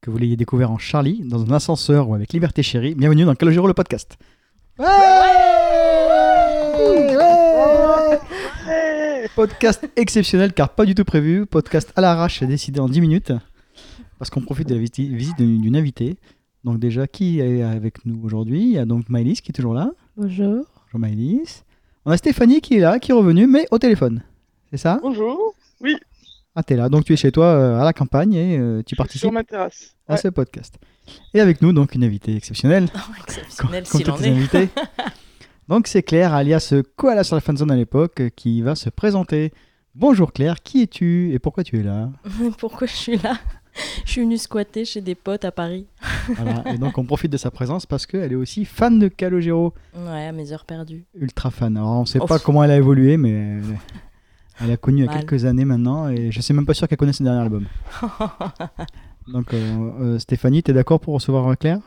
que vous l'ayez découvert en Charlie, dans un ascenseur ou avec Liberté Chérie, bienvenue dans Calogero le podcast. podcast exceptionnel car pas du tout prévu, podcast à l'arrache décidé en 10 minutes parce qu'on profite de la visi- visite d'une d'une invitée. Donc déjà, qui est avec nous aujourd'hui Il y a donc Maëlys qui est toujours là. Bonjour. Bonjour Maëlys. On a Stéphanie qui est là, qui est revenue, mais au téléphone. C'est ça Bonjour, Ah, t'es là. Donc tu es chez toi euh, à la campagne et euh, tu je suis participes sur Ah, ma terrasse. à ce podcast. Et avec nous, donc, une invitée exceptionnelle. Exceptionnel Comme- comme Ah, s'il en toutes les est. invitées. Donc c'est Claire, alias Koala sur la fanzone à l'époque, qui va se présenter. Bonjour Claire, qui es-tu et pourquoi tu es là Pourquoi je suis là Je suis venue squatter chez des potes à Paris. Voilà. Et donc on profite de sa présence parce qu'elle est aussi fan de Calogero, Ouais, à mes heures perdues. ultra fan. Alors on ne sait Oh. pas comment elle a évolué, mais elle, elle a connu il y a Mal. quelques années maintenant et je ne suis même pas sûr qu'elle connaisse son dernier album. Donc euh, euh, Stéphanie, tu es d'accord pour recevoir euh, Claire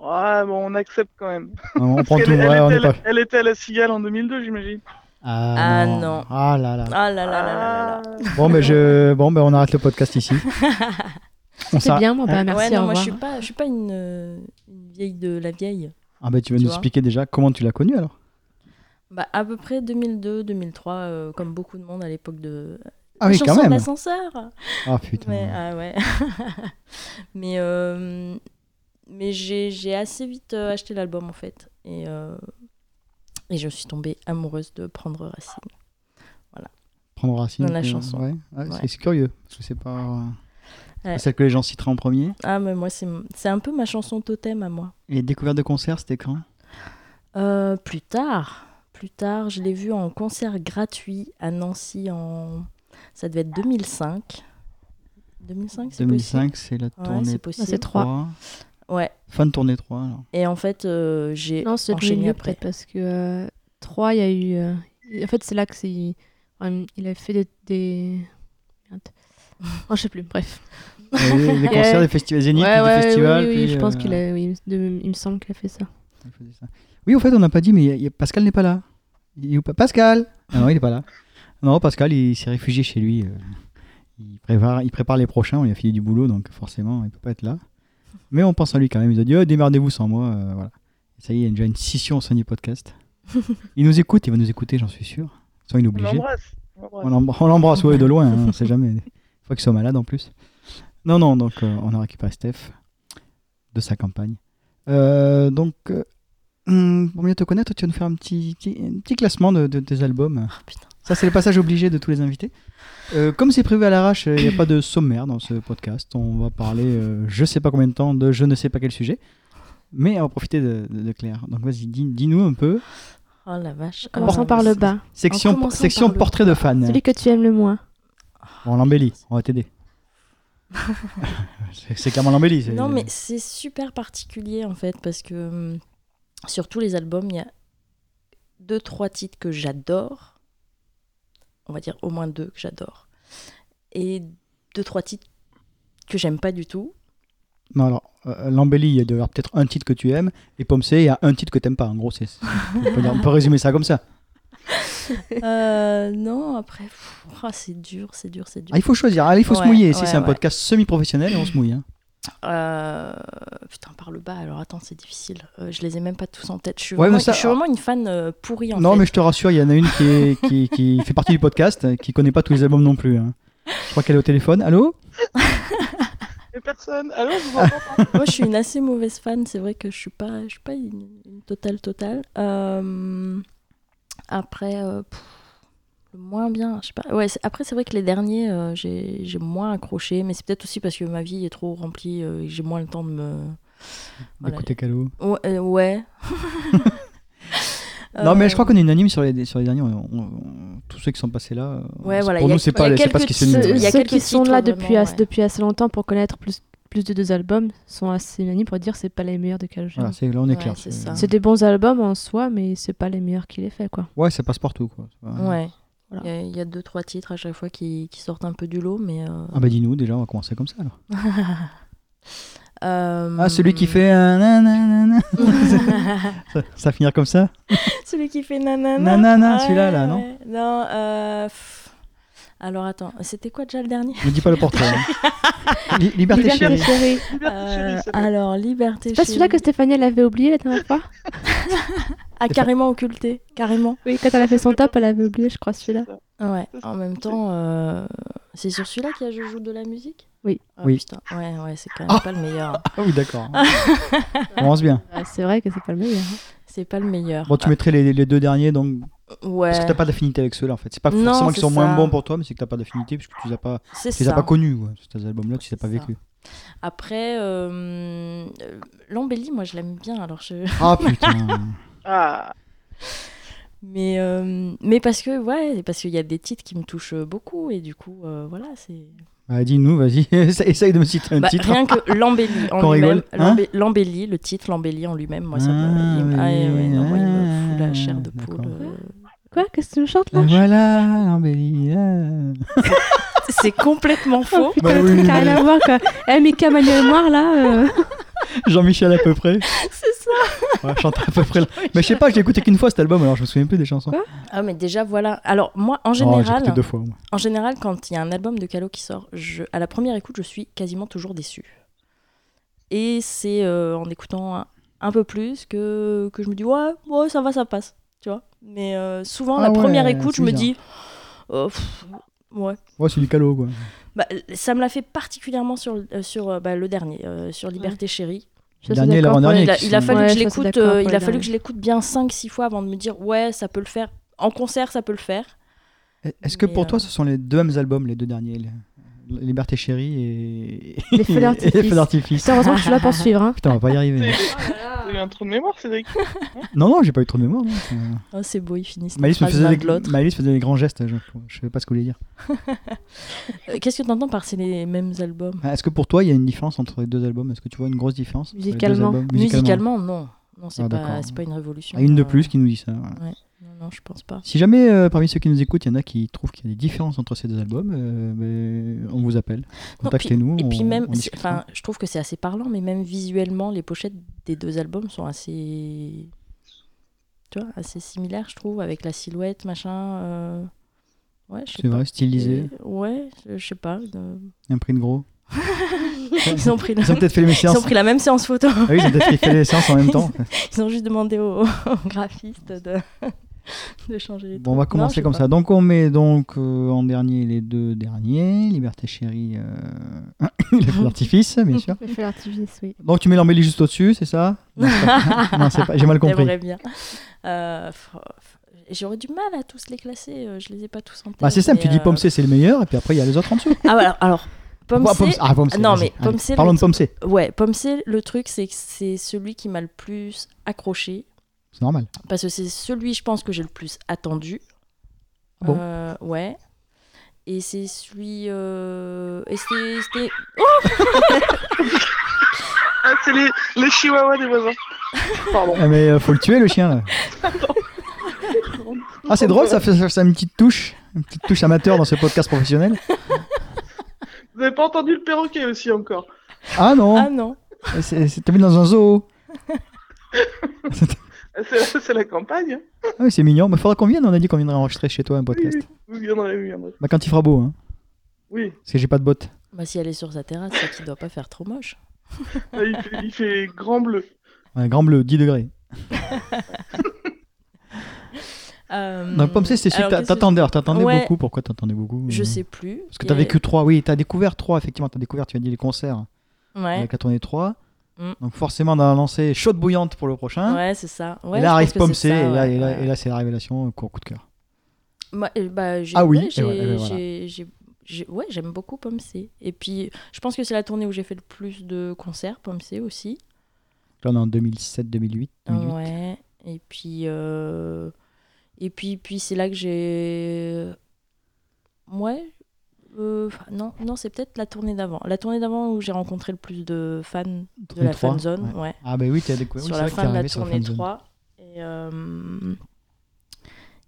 Ouais, bon, on accepte quand même. On prend Parce tout, qu'elle- elle, ouais, on n'est était, à pas... la- elle était à la Cigale en 2002, j'imagine. Ah, Ah, non. non. Ah là là. Ah là là là là là là. Bon, ben, je... bon ben, on arrête le podcast ici. On C'est s'arrête. bien, moi, bah, merci, ouais, non, au moi je revoir. suis pas, je suis pas une, euh, une vieille de la vieille. Ah bah tu vas Tu nous vois expliquer déjà comment tu l'as connu alors Bah, à peu près 2002-2003, euh, comme beaucoup de monde à l'époque de Ah oui chanson quand même d'ascenseur. Ah putain Mais, ah ouais. mais euh, mais j'ai j'ai assez vite euh, acheté l'album en fait. Et, euh, et je suis tombée amoureuse de Prendre Racine. Prendre racine Dans la euh, chanson. ouais. Ouais, Ouais. c'est- C'est curieux parce que c'est pas euh, Ouais. c'est celle que les gens citeraient en premier Ah, mais moi, c'est c'est un peu ma chanson totem à moi. Et découverte de concert c'était quand Euh, plus tard, plus tard, je l'ai vu en concert gratuit à Nancy en. Ça devait être 2005. 2005, c'est possible. 2005 c'est la Ouais, tournée c'est possible. Ah, c'est trois. 3 Ouais. Fin de tournée 3 alors Et en fait, euh, j'ai Non, c'est enchaîné le milieu, après. peut-être, parce que euh, 3, il y a eu. euh, En fait, c'est là que c'est. enfin, il a fait des. des... Merde. Oh, je sais plus, bref. Et les, les concerts des festivals Zénith ouais, du ouais, festival oui, oui, puis, je pense euh, qu'il a. Oui, de- il me semble qu'il a fait ça. il faisait ça. Oui au fait on n'a pas dit mais il y a- il y a- Pascal n'est pas là Il est où, pa- Pascal Ah non il n'est pas là Non Pascal il s'est réfugié chez lui euh, il, prépare, il prépare les prochains on lui a filé du boulot donc forcément il peut pas être là mais on pense à lui quand même il nous a dit oh, démerdez-vous sans moi euh, voilà ça y est il y a déjà une scission au sein du podcast il nous écoute il va nous écouter j'en suis sûr sans il est On obligé l'embrasse. on l'embrasse. on l'embr- on l'embrasse, ouais, de loin, hein, on sait jamais. Une fois qu'ils sont malades en plus. Non, non, donc euh, on a récupéré Steph de sa campagne. Euh, donc, euh, hum, pour mieux te connaître, tu vas nous faire un petit, petit, un petit classement de, de tes albums. Ah, putain. Ça, c'est le passage obligé de tous les invités. Euh, comme c'est prévu à l'arrache, il n'y a pas de sommaire dans ce podcast. On va parler, euh, je sais pas combien de temps, de je ne sais pas quel sujet. Mais on va profiter de, de- de Claire. Donc, vas-y, dis- dis-nous un peu. Oh la vache. Commençons Alors, par le c'est- bas. Section, commençant section par le- portrait de fan. Celui que tu aimes le moins. On l'embellit, on va t'aider. c'est c'est clairement l'embellie. c'est- Non, mais c'est super particulier en fait, parce que hum, sur tous les albums, il y a deux, trois titres que j'adore. On va dire au moins deux que j'adore. Et deux, trois titres que j'aime pas du tout. Non, alors, euh, l'embellie, il y a de- peut-être un titre que tu aimes, et Pomme C, il y a un titre que t'aimes pas. En gros, c'est, c'est- on, peut dire- on peut résumer ça comme ça. Euh, non, après, pff, ah, c'est dur, c'est dur, c'est dur. Ah, il faut choisir, allez, il faut se Ouais, mouiller. Si ouais, c'est un ouais. podcast semi-professionnel, on se mouille. hein. Euh, putain, par le bas, alors attends, c'est difficile. Euh, je les ai même pas tous en tête. Je suis, Ouais, vraiment, mais ça- ah. je suis vraiment une fan euh, pourrie en Non, fait. mais je te rassure, il y en a une qui, est- qui, qui fait partie du podcast, euh, qui connaît pas tous les albums non plus. hein. Je crois qu'elle est au téléphone. Allô Et personne. Allô, je vous entends pas. Moi, je suis une assez mauvaise fan. C'est vrai que je suis pas, je suis pas une, une totale totale. Euh, après, euh, pff, le moins bien, je sais pas. Ouais, c'est- après, c'est vrai que les derniers, euh, j'ai j'ai moins accroché, mais c'est peut-être aussi parce que ma vie est trop remplie euh, et que j'ai moins le temps de me. Voilà. Écoutez, Calo. Ouais. euh, ouais. Non, mais je crois Euh, qu'on est unanime sur les, sur les derniers. on- on- on- tous ceux qui sont passés là, euh, Ouais, c'est- pour voilà, il y a- nous, c'est il pas, y a les- c'est pas ce quelques- qui se il y nous. a Ceux quelques qui sont titres, là vraiment, depuis, as- ouais. depuis assez longtemps pour connaître plus, plus de deux albums sont assez unanimes pour dire c'est pas les meilleurs de Calogero. Voilà, c'est- là, on est Ouais, clair. c'est ça. C'est des bons albums en soi, mais c'est pas les meilleurs qu'il ait fait, quoi. Ouais, ça passe partout. Quoi. C'est pas- Euh, Ouais. Il Voilà. y a- il y, a deux, trois titres à chaque fois qui, qui sortent un peu du lot, mais. euh, Ah bah dis-nous déjà, on va commencer comme ça alors. euh, Ah, celui qui fait un nanana, ça, ça va finir comme ça Celui qui fait nanana. Nanana, celui-là, là, non ouais. Non, euh, pff, Alors attends, c'était quoi déjà le dernier Ne dis pas le portrait. hein. Li- Liberté, Liberté chérie. chérie. Liberté chérie, Euh, ça s'appelle. Alors, Liberté C'est pas celui-là que chérie. Stéphanie elle avait oublié la dernière fois Ah, carrément occulté, carrément. Oui, quand elle a fait son top, elle avait oublié, je crois, celui-là. Ouais, C'est ça. en même temps, euh, c'est sur celui-là qu'il y a Je joue de la musique Oui. Ah, Oui. Putain, ouais, ouais, c'est quand même pas le meilleur. Ah oui, d'accord. On commence bien. Ah, c'est vrai que c'est pas le meilleur. hein. C'est pas le meilleur. Bon, tu mettrais les, les deux derniers, donc Ah, ouais, parce que t'as pas d'affinité avec ceux-là en fait. C'est pas Non, forcément qu'ils c'est sont moins ça. bons pour toi, mais c'est que t'as pas d'affinité puisque tu les as pas, c'est tu les as ça. pas connus. quoi. Ces albums-là, tu les as pas C'est ça. vécu. Après, euh, euh, l'embellie, moi, je l'aime bien. Alors je... Ah putain. Ah, mais, euh, mais parce que, ouais, parce qu'il y a des titres qui me touchent beaucoup. Et du coup, euh, voilà, c'est... Bah, Dis-nous, vas-y, Essa- essaye de me citer un Bah, titre. Rien que l'embellie en Qu'on lui-même. rigole, hein l'embé- l'embellie, le titre, l'embellie en lui-même, moi, ça me... Ah, il me- ah, oui, ouais, non, moi, il me fout ah, la chair de poule. d'accord. euh. Quoi Qu'est-ce que tu nous chantes là Ah, Voilà, l'embellie. ah. C'est complètement Oh faux. putain, Bah le oui, truc a rien mais- à voir quoi. Eh, Mika Manuel Noir là. euh, Jean-Michel à peu près. C'est ça. Ouais, chante à peu près. là. Mais je sais pas, je l'ai écouté qu'une fois cet album, alors je me souviens plus des chansons. Quoi Ah mais déjà voilà. Alors moi en Oh, j'ai général, hein. écouté deux fois. moi. en général quand il y a un album de Calo qui sort, je, à la première écoute je suis quasiment toujours déçue. Et c'est euh, en écoutant un, un peu plus que, que je me dis ouais ouais ça va ça passe tu vois. Mais euh, souvent Ah la ouais, première écoute c'est je me bizarre. dis Oh, pff, ouais. Ouais, c'est du calot quoi. Bah, ça me l'a fait particulièrement sur le- euh, sur euh, bah, le dernier euh, sur Liberté Chérie. je suis Dernier, d'accord pour l'avant-dernier. les- Il a, qui il a sont- fallu Ouais, que je ça, c'est l'écoute d'accord euh, pour il a les fallu que je l'écoute bien 5 6 fois avant de me dire ouais ça peut le faire. En concert ça peut le faire. Eh, Est-ce que Mais, pour euh, toi, ce sont les deux mêmes albums, les deux derniers les- Liberté chérie et. Les feux d'artifice. et les feux d'artifice. Putain, Heureusement que je suis là pour suivre. hein. Putain, on va pas y arriver. Ah t'as eu un trou de mémoire, Cédric. Non, non, j'ai pas eu trop de mémoire. non. Euh, Ah, Oh, c'est beau, ils finissent Maëlys me les phrases l'un faisait de des, l'autre. Maëlys faisait des grands gestes, je, je sais pas ce que vous voulez dire. Euh, Qu'est-ce que t'entends par c'est les mêmes albums Ah, Est-ce que pour toi, il y a une différence entre les deux albums Est-ce que tu vois une grosse différence entre les deux Musicalement. albums Musicalement, non. Non, c'est Ah, pas, d'accord. c'est pas une révolution. Ah, une de euh, plus qui nous dit ça. voilà. Non, non, je pense pas. Si jamais euh, parmi ceux qui nous écoutent, il y en a qui trouvent qu'il y a des différences entre ces deux albums, euh, ben, on vous appelle. Non, puis- Contactez-nous. Et puis on- même, on c'est- discutera. enfin, je trouve que c'est assez parlant, mais même visuellement, les pochettes des deux albums sont assez, tu vois, assez similaires, je trouve, avec la silhouette, machin. euh, Ouais, je sais c'est pas. vrai, stylisé, Euh, Ouais, je je sais pas. euh, imprime gros. Ils ont pris la, Ils ont peut-être fait les mêmes ils ont séances. pris la même séance photo. Ah oui, ils ont peut-être fait les séances en même temps. Ils ont juste demandé au, au graphiste de, de changer les Bon, on va trucs. Non, je commencer sais comme pas. ça. Donc on met donc euh, en dernier les deux derniers, Liberté chérie, euh... les feux d'artifice, bien sûr. Les feux d'artifice, oui. Donc tu mets l'embellie juste au-dessus, c'est ça Non, c'est pas- non, c'est pas- j'ai mal compris. J'aimerais bien. Euh, f- f- J'aurais du mal à tous les classer, euh, je les ai pas tous en tête. Bah, c'est simple, mais, tu dis euh, Pomme C, c'est le meilleur, et puis après il y a les autres en dessous. Ah, voilà, alors, Pomme Ah, C. Ah, Pomme C, Non, vas-y, mais allez. Pomme C, Parlons le- de Pomme C, Ouais, Pomme C, le truc, c'est que c'est celui qui m'a le plus accroché. c'est normal. Parce que c'est celui, je pense, que j'ai le plus attendu. Ah bon Euh, ouais. Et c'est celui. euh, Et c'est- c'était. Ah, c'est les, les chihuahuas des voisins. Pardon. Ah, mais euh, faut le tuer le chien là. Ah, c'est drôle, ça fait ça, ça a une petite touche, une petite touche amateur dans ce podcast professionnel. Vous avez pas entendu le perroquet aussi encore Ah Ah non, non c'est c'est- t'as vu dans un zoo. Ah, C'est c'est la campagne. hein. Ah oui, c'est mignon, mais faudra qu'on vienne, on a dit qu'on viendrait enregistrer chez toi un podcast. Vous viendrez, vous viendrez. Bah, quand il fera beau, hein, Oui, parce que j'ai pas de bottes. Bah, si elle est sur sa terrasse, c'est qu'il doit pas faire trop moche. là, il, fait, il fait grand bleu. Un grand bleu, 10 degrés. Euh, Donc, Pomme C, c'est celui que alors, t'a- qu'est-ce que- t'attendais. Alors, t'attendais Ouais. beaucoup. Pourquoi t'attendais beaucoup Je euh sais plus. Parce que t'as vécu 3, oui, t'as découvert 3, effectivement, t'as découvert, tu as dit les concerts euh, Ouais, avec la tournée 3. Mm. Donc, forcément, on a lancé chaude bouillante pour le prochain. ouais c'est ça. Ouais, et je là arrive pense que Pomme C, c'est ça, et, là, ouais, et là- ouais. et là, c'est la révélation, court coup de cœur. Moi, euh, bah, j'ai- Ah oui, ouais, et j'ai- voilà, et ben voilà. j'ai- j'ai- j'ai- ouais, j'aime beaucoup Pomme C. Et puis, je pense que c'est la tournée où j'ai fait le plus de concerts, Pomme C aussi. Là, on est en 2007, 2008. 2008. Ouais. Et puis, euh, et puis, puis c'est là que j'ai. Ouais. euh, non, non c'est peut-être la tournée d'avant. La tournée d'avant où j'ai rencontré le plus de fans de Tournée la 3, fanzone. ouais. ouais. Ah, bah oui, tu as découvert. oui, sur c'est la vrai que fin t'es de la arrivé sur tournée fanzone. 3. Et, euh,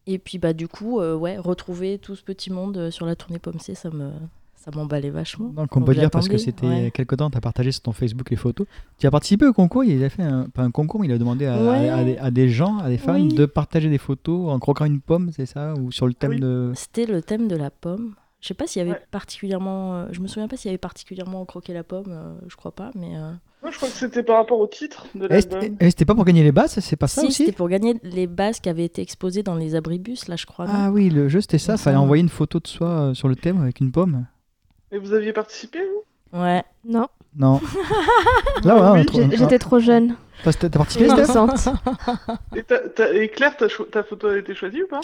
et puis, bah, du coup, euh, ouais, retrouver tout ce petit monde euh, sur la tournée Pomme C, ça me ça m'emballait vachement. Donc, on Donc, peut dire parce que j'attendais, c'était ouais. euh, quelque temps, tu as partagé sur ton Facebook les photos. Tu as participé au concours, il a fait un, pas un concours, mais il a demandé à, à- Ouais. à des, à des gens, à des fans, Oui. de partager des photos en croquant une pomme, c'est ça Ou sur le thème Oui. de. C'était le thème de la pomme. Je sais pas s'il y avait Ouais. particulièrement. euh, je me souviens pas s'il y avait particulièrement croqué la pomme, euh, je crois pas, mais. euh, Moi, je crois que c'était par rapport au titre de Eh, C'était l'album. eh, c'était pas pour gagner les basses, c'est pas ça si, aussi c'était pour gagner les bases qui avaient été exposées dans les abribus, là, je crois. non Ah oui, le jeu c'était ça, Il me fallait semble. envoyer une photo de soi euh, sur le thème avec une pomme. Et vous aviez participé, vous Ah. Ouais. Non, Non. Là, ouais, on Oui, trouve- j'ai- j'étais trop jeune, Ah, T'as t'as participé, Steph innocente. Et, t'as- t'as- et Claire, ta, cho- ta photo a été choisie ou pas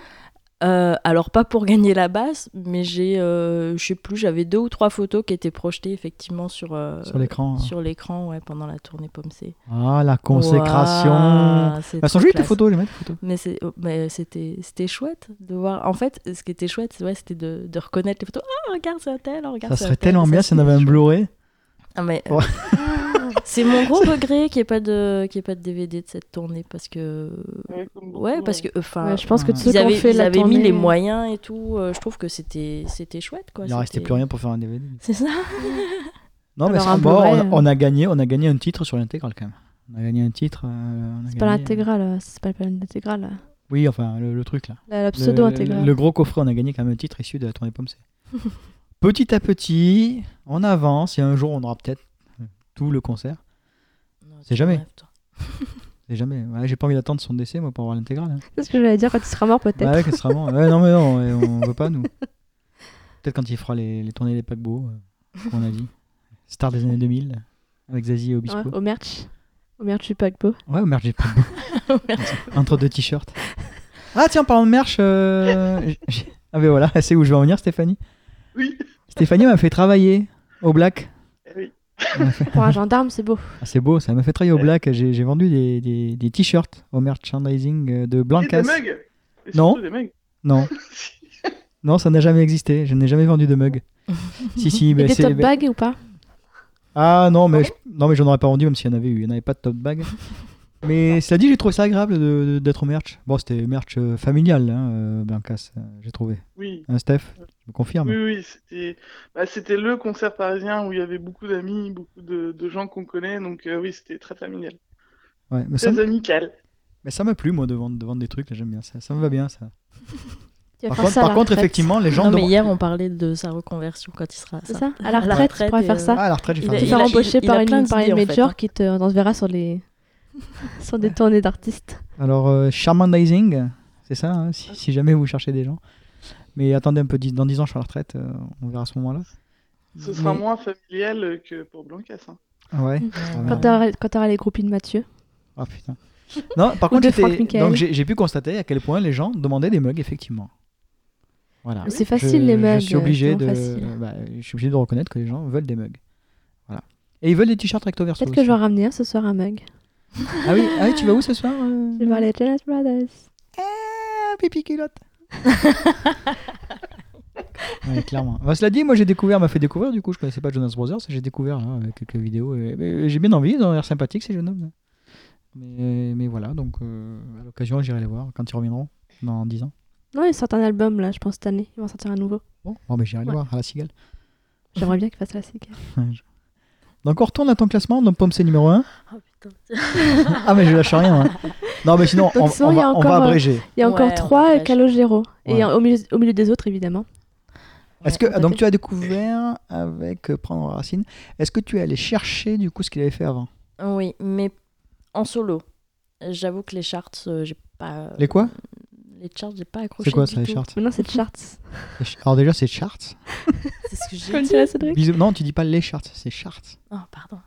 Euh, alors pas pour gagner la base, mais j'ai, euh, je sais plus, j'avais deux ou trois photos qui étaient projetées effectivement sur euh, Sur l'écran. sur l'écran, ouais, pendant la tournée Pomme C. Ah, la consécration. Bah, Ouah, c'est Elles sont trop jolies tes classe. photos, je vais mettre des photos. Mais c'est, oh, mais c'était, c'était chouette de voir. En fait, ce qui était chouette, c'est- ouais, c'était de, de reconnaître les photos. Ah, regarde, c'est un tel. oh, regarde, Ça c'est un serait tel. tellement bien si on c'était avait un chouette. Blu-ray. Ah, mais, Ouais. c'est mon gros regret qu'il n'y ait pas de, qu'il y ait pas de DVD de cette tournée parce que, Ouais, comme ouais, beaucoup, parce euh. que, enfin, Ouais, je pense que Ils ceux ils qui ont avaient, fait ils la avaient mis tournée- les moyens et tout. euh, je trouve que c'était, c'était chouette, quoi. Il en restait c'était- plus rien pour faire un DVD. C'est ça. Non, mais Alors, c'est un bon, on, Blu-ray, a- euh. on a gagné, on a gagné un titre sur l'intégrale quand même. On a gagné un titre. euh, on a C'est pas gagné- l'intégrale, euh, c'est pas l'intégrale, euh, Oui, enfin le, le truc là. la, la Le- pseudo-intégrale. Le, le gros coffret, on a gagné quand même un titre issu de la tournée Pomme C. petit à petit, on avance et un jour on aura peut-être euh, tout le concert. Non, C'est tu jamais. rêves, toi. C'est jamais. ouais, J'ai pas envie d'attendre son décès moi pour voir l'intégrale. hein. C'est ce que j'allais dire quand tu seras mort peut-être. Ouais, que ce sera mort. Ouais, non mais non, ouais, on veut pas nous. Peut-être quand il fera les, les tournées des paquebots, euh, à mon avis. Star des années 2000 avec Zazie et Obispo. Ouais, au merch. Au merch du paquebot. Ouais, au merch, j'ai pris le bon. Entre deux t-shirts. Ah, tiens, parlant de merch. euh, j'ai- Ah, ben voilà, c'est où je vais en venir, Stéphanie. Oui. Stéphanie m'a fait travailler au black. Eh oui. Pour un gendarme, c'est beau. Ah, c'est beau, ça m'a fait travailler au black. J'ai j'ai vendu des, des- des t-shirts au merchandising euh, de Et des Blancas. mugs. Et Non. surtout des mugs. Non, non, ça n'a jamais existé. Je n'ai jamais vendu de mug. si, si, Et ben, des c'est. top ben- bags ou pas Ah non, mais je, non, mais j'en aurais pas vendu même s'il y en avait eu. Il n'y en avait pas de top bag. Mais cela dit, j'ai trouvé ça agréable de- de- d'être au merch. Bon, c'était merch euh, familial, hein, euh, Blancas, euh, j'ai trouvé. Oui. Hein, Steph Tu me confirmes Oui, oui, c'était bah, c'était le concert parisien où il y avait beaucoup d'amis, beaucoup de, de gens qu'on connaît, donc euh, oui, c'était très familial, Ouais, mais, Ah, ça, très amical. mais ça m'a plu, moi, de vendre, de vendre des trucs, là, j'aime bien ça. Ça me va bien, ça. Tu vas Par faire contre, ça à par la contre, retraite. effectivement, les gens Non, mais demandent- hier, on parlait de sa reconversion quand il sera. C'est ça. ça À la À la retraite, tu retraite pourrais et, faire ça. Ah, à la retraite, j'ai Il fait un a- Tu truc. te faire il a- embaucher il a par plein une, par une d'idées, en fait, major hein. qui te. On se verra sur, les... sur des tournées d'artistes. Alors, euh, Charmandizing, c'est ça, hein, si, si jamais vous cherchez des gens. Mais attendez un peu, dix- dans 10 ans, je suis à la retraite, euh, on verra à ce moment-là. Ce sera Mais- moins familial euh, que pour Blancas. hein. Ouais. Ouais. Quand t'auras quand t'auras les groupies de Mathieu. Ah putain. Non, par Ou contre, de j'étais- Franck Michael. donc j'ai j'ai pu constater à quel point les gens demandaient des mugs, effectivement. Voilà. Mais c'est Je- facile, les mugs, Je suis obligé c'est de, vraiment facile. bah, je suis obligé de reconnaître que les gens veulent des mugs. Voilà. Et ils veulent des t-shirts recto verso. Peut-être que je aussi. vais en ramener un ce soir un mug. Ah oui, ah oui, tu vas où ce soir euh Je vais voir les Jonas Brothers. Ah, pipi culotte. Ouais, clairement. Bah, cela dit, moi j'ai découvert, m'a fait découvrir du coup, je connaissais pas Jonas Brothers, et j'ai découvert là, avec quelques vidéos. et- et j'ai bien envie, ils ont l'air sympathiques ces jeunes hommes. là. Mais, mais voilà, donc euh, à l'occasion j'irai les voir quand ils reviendront dans 10 ans. Non, ils sortent un album là, je pense, cette année. Ils vont en sortir un nouveau. Bon, bon mais j'irai les Ouais. voir à la cigale. J'aimerais bien qu'ils fassent la séquence. Donc on retourne à ton classement, donc Pomme c'est numéro 1. Oh, putain. ah mais je lâche rien. hein. Non mais sinon, Donc, on, sinon, on il y a va, on encore, va euh, abréger. Il y a encore Ouais, on trois partage. Calogero. Et Ouais. au milieu, au milieu des autres, évidemment. Est-ce que Ouais, donc peut-être. tu as découvert avec euh, prendre racine Est-ce que tu es allé chercher du coup ce qu'il avait fait avant Oui, mais en solo. J'avoue que les charts, euh, j'ai pas. Les quoi Les charts, j'ai pas accroché. C'est quoi du ça les tout. charts Maintenant, c'est Charts. Les ch- Alors déjà c'est charts. C'est ce que j'ai Comme dit. dirait Cédric. Bisous- Non, tu dis pas les charts, c'est charts. Oh, pardon.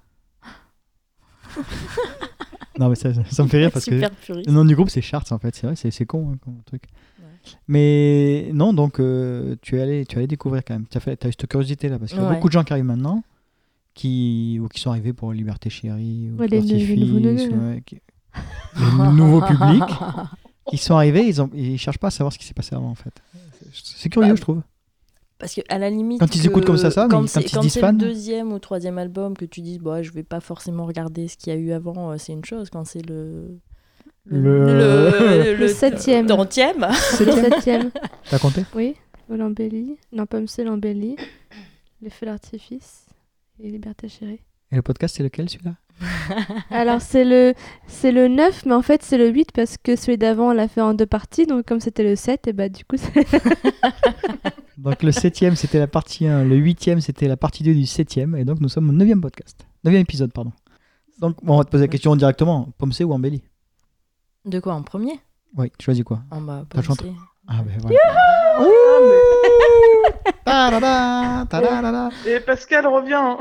Non mais ça, ça- ça me fait rire parce que Super puriste. le nom du groupe c'est charts en fait. C'est vrai, c'est c'est con hein, comme truc. Ouais. Mais non, donc euh, tu es allé, tu es allé découvrir quand même. Tu as, fait, as eu cette curiosité là parce qu'il y a Ouais. beaucoup de gens qui arrivent maintenant, qui ou qui sont arrivés pour Liberté Chérie, ou Ouais, les- Liberté les- les nouveaux Fils, neuneux, là. ouais, qui- le nouveau public. Ils sont arrivés, ils, ont, ils cherchent pas à savoir ce qui s'est passé avant en fait. C'est c'est curieux, Bah, je trouve. Parce que à la limite. Quand ils que- écoutent comme ça, ça, mais quand c'est- ils se disent c'est fan- le deuxième ou troisième album que tu dis, bah, je vais pas forcément regarder ce qu'il y a eu avant, euh, c'est une chose. Quand c'est le. Le- Le septième. Dentième. C'est le septième. T'as compté Oui. L'embellie. Non, Pomme C, l'embellie. Les feux d'artifice. Et Liberté chérie. Et le podcast, c'est lequel celui-là Alors, c'est le, c'est le 9, mais en fait, c'est le 8 eh ben, parce que celui d'avant, on l'a fait en deux parties. Donc, comme c'était le 7, et bah, du coup, c'est- Donc le septième, c'était la partie 1. Le huitième, c'était la partie 2 du septième. Et donc nous sommes au neuvième podcast. Neuvième épisode, pardon. Donc bon, on va te poser la question directement. Pomsé ou Ambelli De quoi en premier Oh, bah, Oui, tu choisis quoi En bas. T'as le pensez. Ah ben voilà. Ah, Ah, Ta-da-da, ta-da-da-da. Et Pascal revient. hein.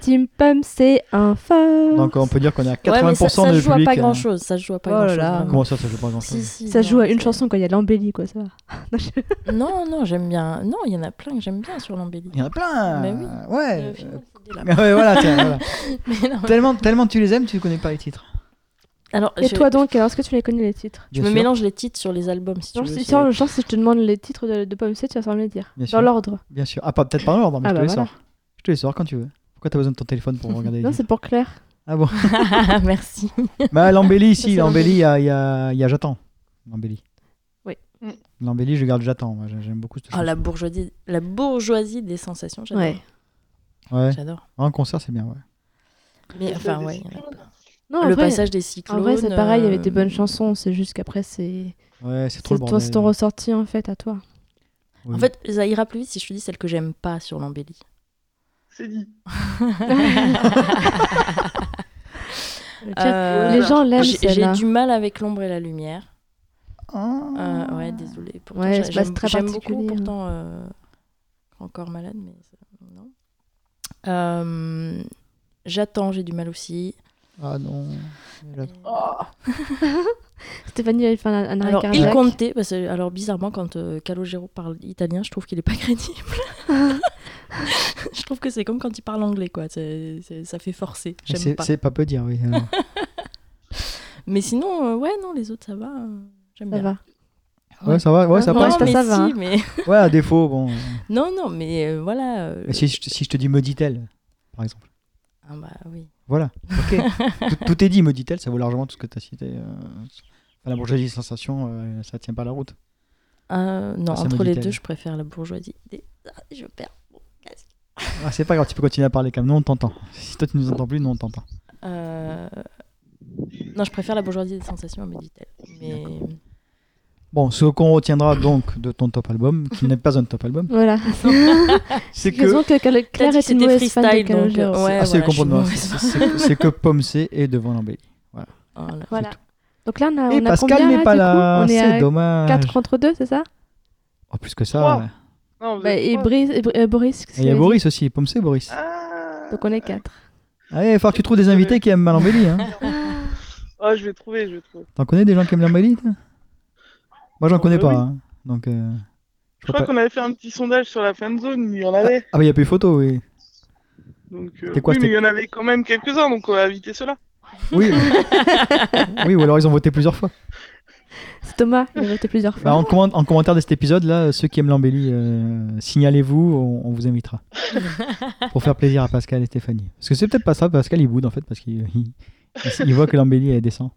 Team Pam, c'est un fort. Donc on peut dire qu'on est à 80% Ouais, mais ça, ça de se joue à public. pas euh, grand chose. Ça se joue à pas Oh là grand chose. là. vraiment. Comment ça, ça joue pas grand chose Si, si, ça non, se joue à une c'est- chanson quand il y a l'embellie, quoi, ça va. Non, je- Non, non, j'aime bien. Non, il y en a plein que j'aime bien sur Euh, l'embellie. Il y en a plein Mais Bah oui. Et Ouais Ah au euh, final, c'est des lapins. Ouais, voilà, tiens, voilà. Mais non. tellement, tellement tu les aimes, tu connais pas les titres. Alors, Et Ah, je, toi donc, alors est-ce que tu les connais les titres je Bien me sûr. mélange les titres sur les albums. Si tu genre veux, si, c'est- genre, genre, si je te demande les titres de, de Pomme C, tu vas savoir me les dire. Bien dans sûr. l'ordre. Bien sûr. Ah, pas peut-être pas en ordre, mais Ah, je te bah les voilà. sors. Je te les sors quand tu veux. Pourquoi t'as besoin de ton téléphone pour regarder les Non, titres c'est pour Claire. Ah bon Merci. Bah, l'embellie ici, C'est l'embellie, il y a, il y a- il y a J'attends. L'embellie. Oui. Mm. L'embellie, je garde J'attends. Moi, j'ai- J'aime beaucoup cette Oh, Ah, chanson. la bourgeoisie, la bourgeoisie des sensations, j'adore. Ouais. Ouais, J'adore. en concert, c'est bien, ouais. Mais Et enfin, des ouais. il y en a cyclones. plein. Non, en le vrai, passage des cyclones. en vrai, c'est pareil, il y avait des euh, bonnes chansons, c'est juste qu'après, c'est Ouais, c'est trop c'est le ton, bordel. c'est ton ressorti en fait à toi. Oui. En fait, ça ira plus vite si je te dis celle que j'aime pas sur l'embellie. C'est dit. Euh, Les gens l'aiment J'ai j'ai celle-là. du mal avec l'ombre et la lumière. Ah. Euh, ouais, désolé. Pourtant, Ah. Ouais, j'a- c'est pas j'aime très j'aime beaucoup, particulier, hein. pourtant, euh, encore malade, mais ça- non. Euh, J'attends, j'ai du mal aussi. Ah non. J'attends. Stéphanie avait fait un, un arrêt Alors, il cardiaque. comptait, parce que, alors bizarrement, quand euh, Calogero parle italien, je trouve qu'il est pas crédible. je trouve que c'est comme quand il parle anglais, quoi. C'est- c'est- ça fait forcer. Mais J'aime C'est pas. c'est pas peu dire, oui. alors. Mais sinon, euh, ouais, non, les autres, ça va. euh, J'aime Ça bien. va. Ouais, ça va, ouais, ça non, passe. mais Ça va, si, hein. mais- Ouais, à défaut, bon. Non, non, mais euh, voilà. euh, Mais si, je te- si je te dis me dit-elle, par exemple. Ah bah oui. Voilà. Ok. tout, tout est dit, me dit-elle, ça vaut largement tout ce que tu as cité. euh, enfin, la bourgeoisie sensation, euh, ça tient pas la route. Euh, non, Ah, ça me entre dit les tel. deux, je préfère la bourgeoisie. Des- Ah, je perds. mon casque. Ah, c'est pas grave, tu peux continuer à parler quand même. Nous, on t'entend. Si toi, tu nous entends plus, nous, on t'entend. Euh, Non, je préfère la bourgeoisie des sensations, me dit-elle. Mais Bon, ce qu'on retiendra donc de ton top album, qui n'est pas un top album, Voilà. c'est Que... que. que Cal- T'as Claire dit que est une c'était mauvaise fan de freestyle, donc. Calogero. euh, ouais, ah, c'est voilà, je suis complètement- mauvaise. c'est- c'est- C'est que Pomsé est devant l'embellie. Oh là. Voilà. Donc là, on a, Et Ah, on a Pascal combien, n'est pas du coup là, On est c'est à dommage. 4 contre 2, c'est ça Oh, plus que ça. Trois. ouais. Non, vous Bah, êtes Et pas- Brice- et Br- euh, Boris. qu'est-ce Et il y a que- Boris aussi, Pomsé, Boris. Ah. Donc on est 4. Allez, il faut que tu trouves des invités qui aiment mal l'embellie. Hein. Ah, je vais trouver, je vais trouver. T'en connais des gens qui aiment l'embellie toi Moi, j'en Oh, connais bah pas. oui. hein. Donc, euh, Je crois pas- qu'on avait fait un petit sondage sur la fan zone, il y en avait. Ah, bah, il n'y a plus photo, oui. Donc, euh, T'es quoi, oui, c'était- mais il y en avait quand même quelques-uns, donc on va éviter cela. Oui, oui ou alors ils ont voté plusieurs fois. C'est Thomas, il a voté plusieurs Bah, fois. en, comment- en commentaire de cet épisode, là, ceux qui aiment l'embellie, euh, signalez-vous, on, on vous invitera. pour faire plaisir à Pascal et Stéphanie. Parce que c'est peut-être pas ça, Pascal il boude en fait, parce qu'il il- il- il voit que l'embellie elle descend.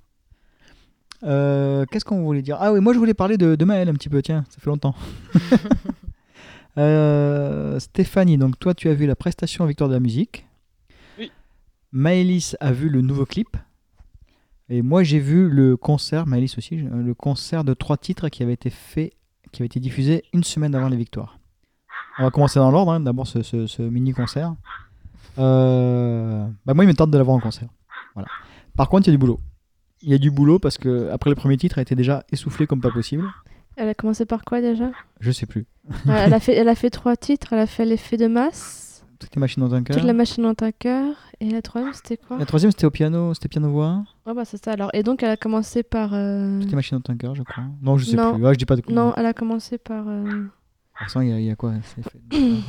Euh, Qu'est-ce qu'on voulait dire Ah oui, moi je voulais parler de, de Maël un petit peu, tiens, ça fait longtemps. Euh, Stéphanie, donc toi tu as vu la prestation à Victoire de la musique. Oui. Maëlys a vu le nouveau clip. Et moi, j'ai vu le concert, Maëlys aussi, euh, le concert de trois titres qui avait été fait, qui avait été diffusé une semaine avant les victoires. On va commencer dans l'ordre, hein. d'abord ce, mini concert. Bah moi, il me tente de l'avoir en concert. Voilà. Par contre, il y a du boulot. Il y a du boulot parce que après le premier titre, elle était déjà essoufflée comme pas possible. Elle a commencé par quoi déjà Je sais plus. Euh, elle, a fait, elle a fait trois titres. Elle a fait l'effet de masse, Toutes les machines dans un cœur. toute la machine dans un cœur, et la troisième c'était quoi La troisième, c'était au piano, c'était piano voix. Ouais, bah c'est ça. Alors et donc elle a commencé par. euh, Toutes les machines dans un cœur, je crois. Non, je sais Non. plus. Ouais, je dis pas de. Non, De elle a commencé par. euh, toute façon, il y, a- il y a quoi c'est fait.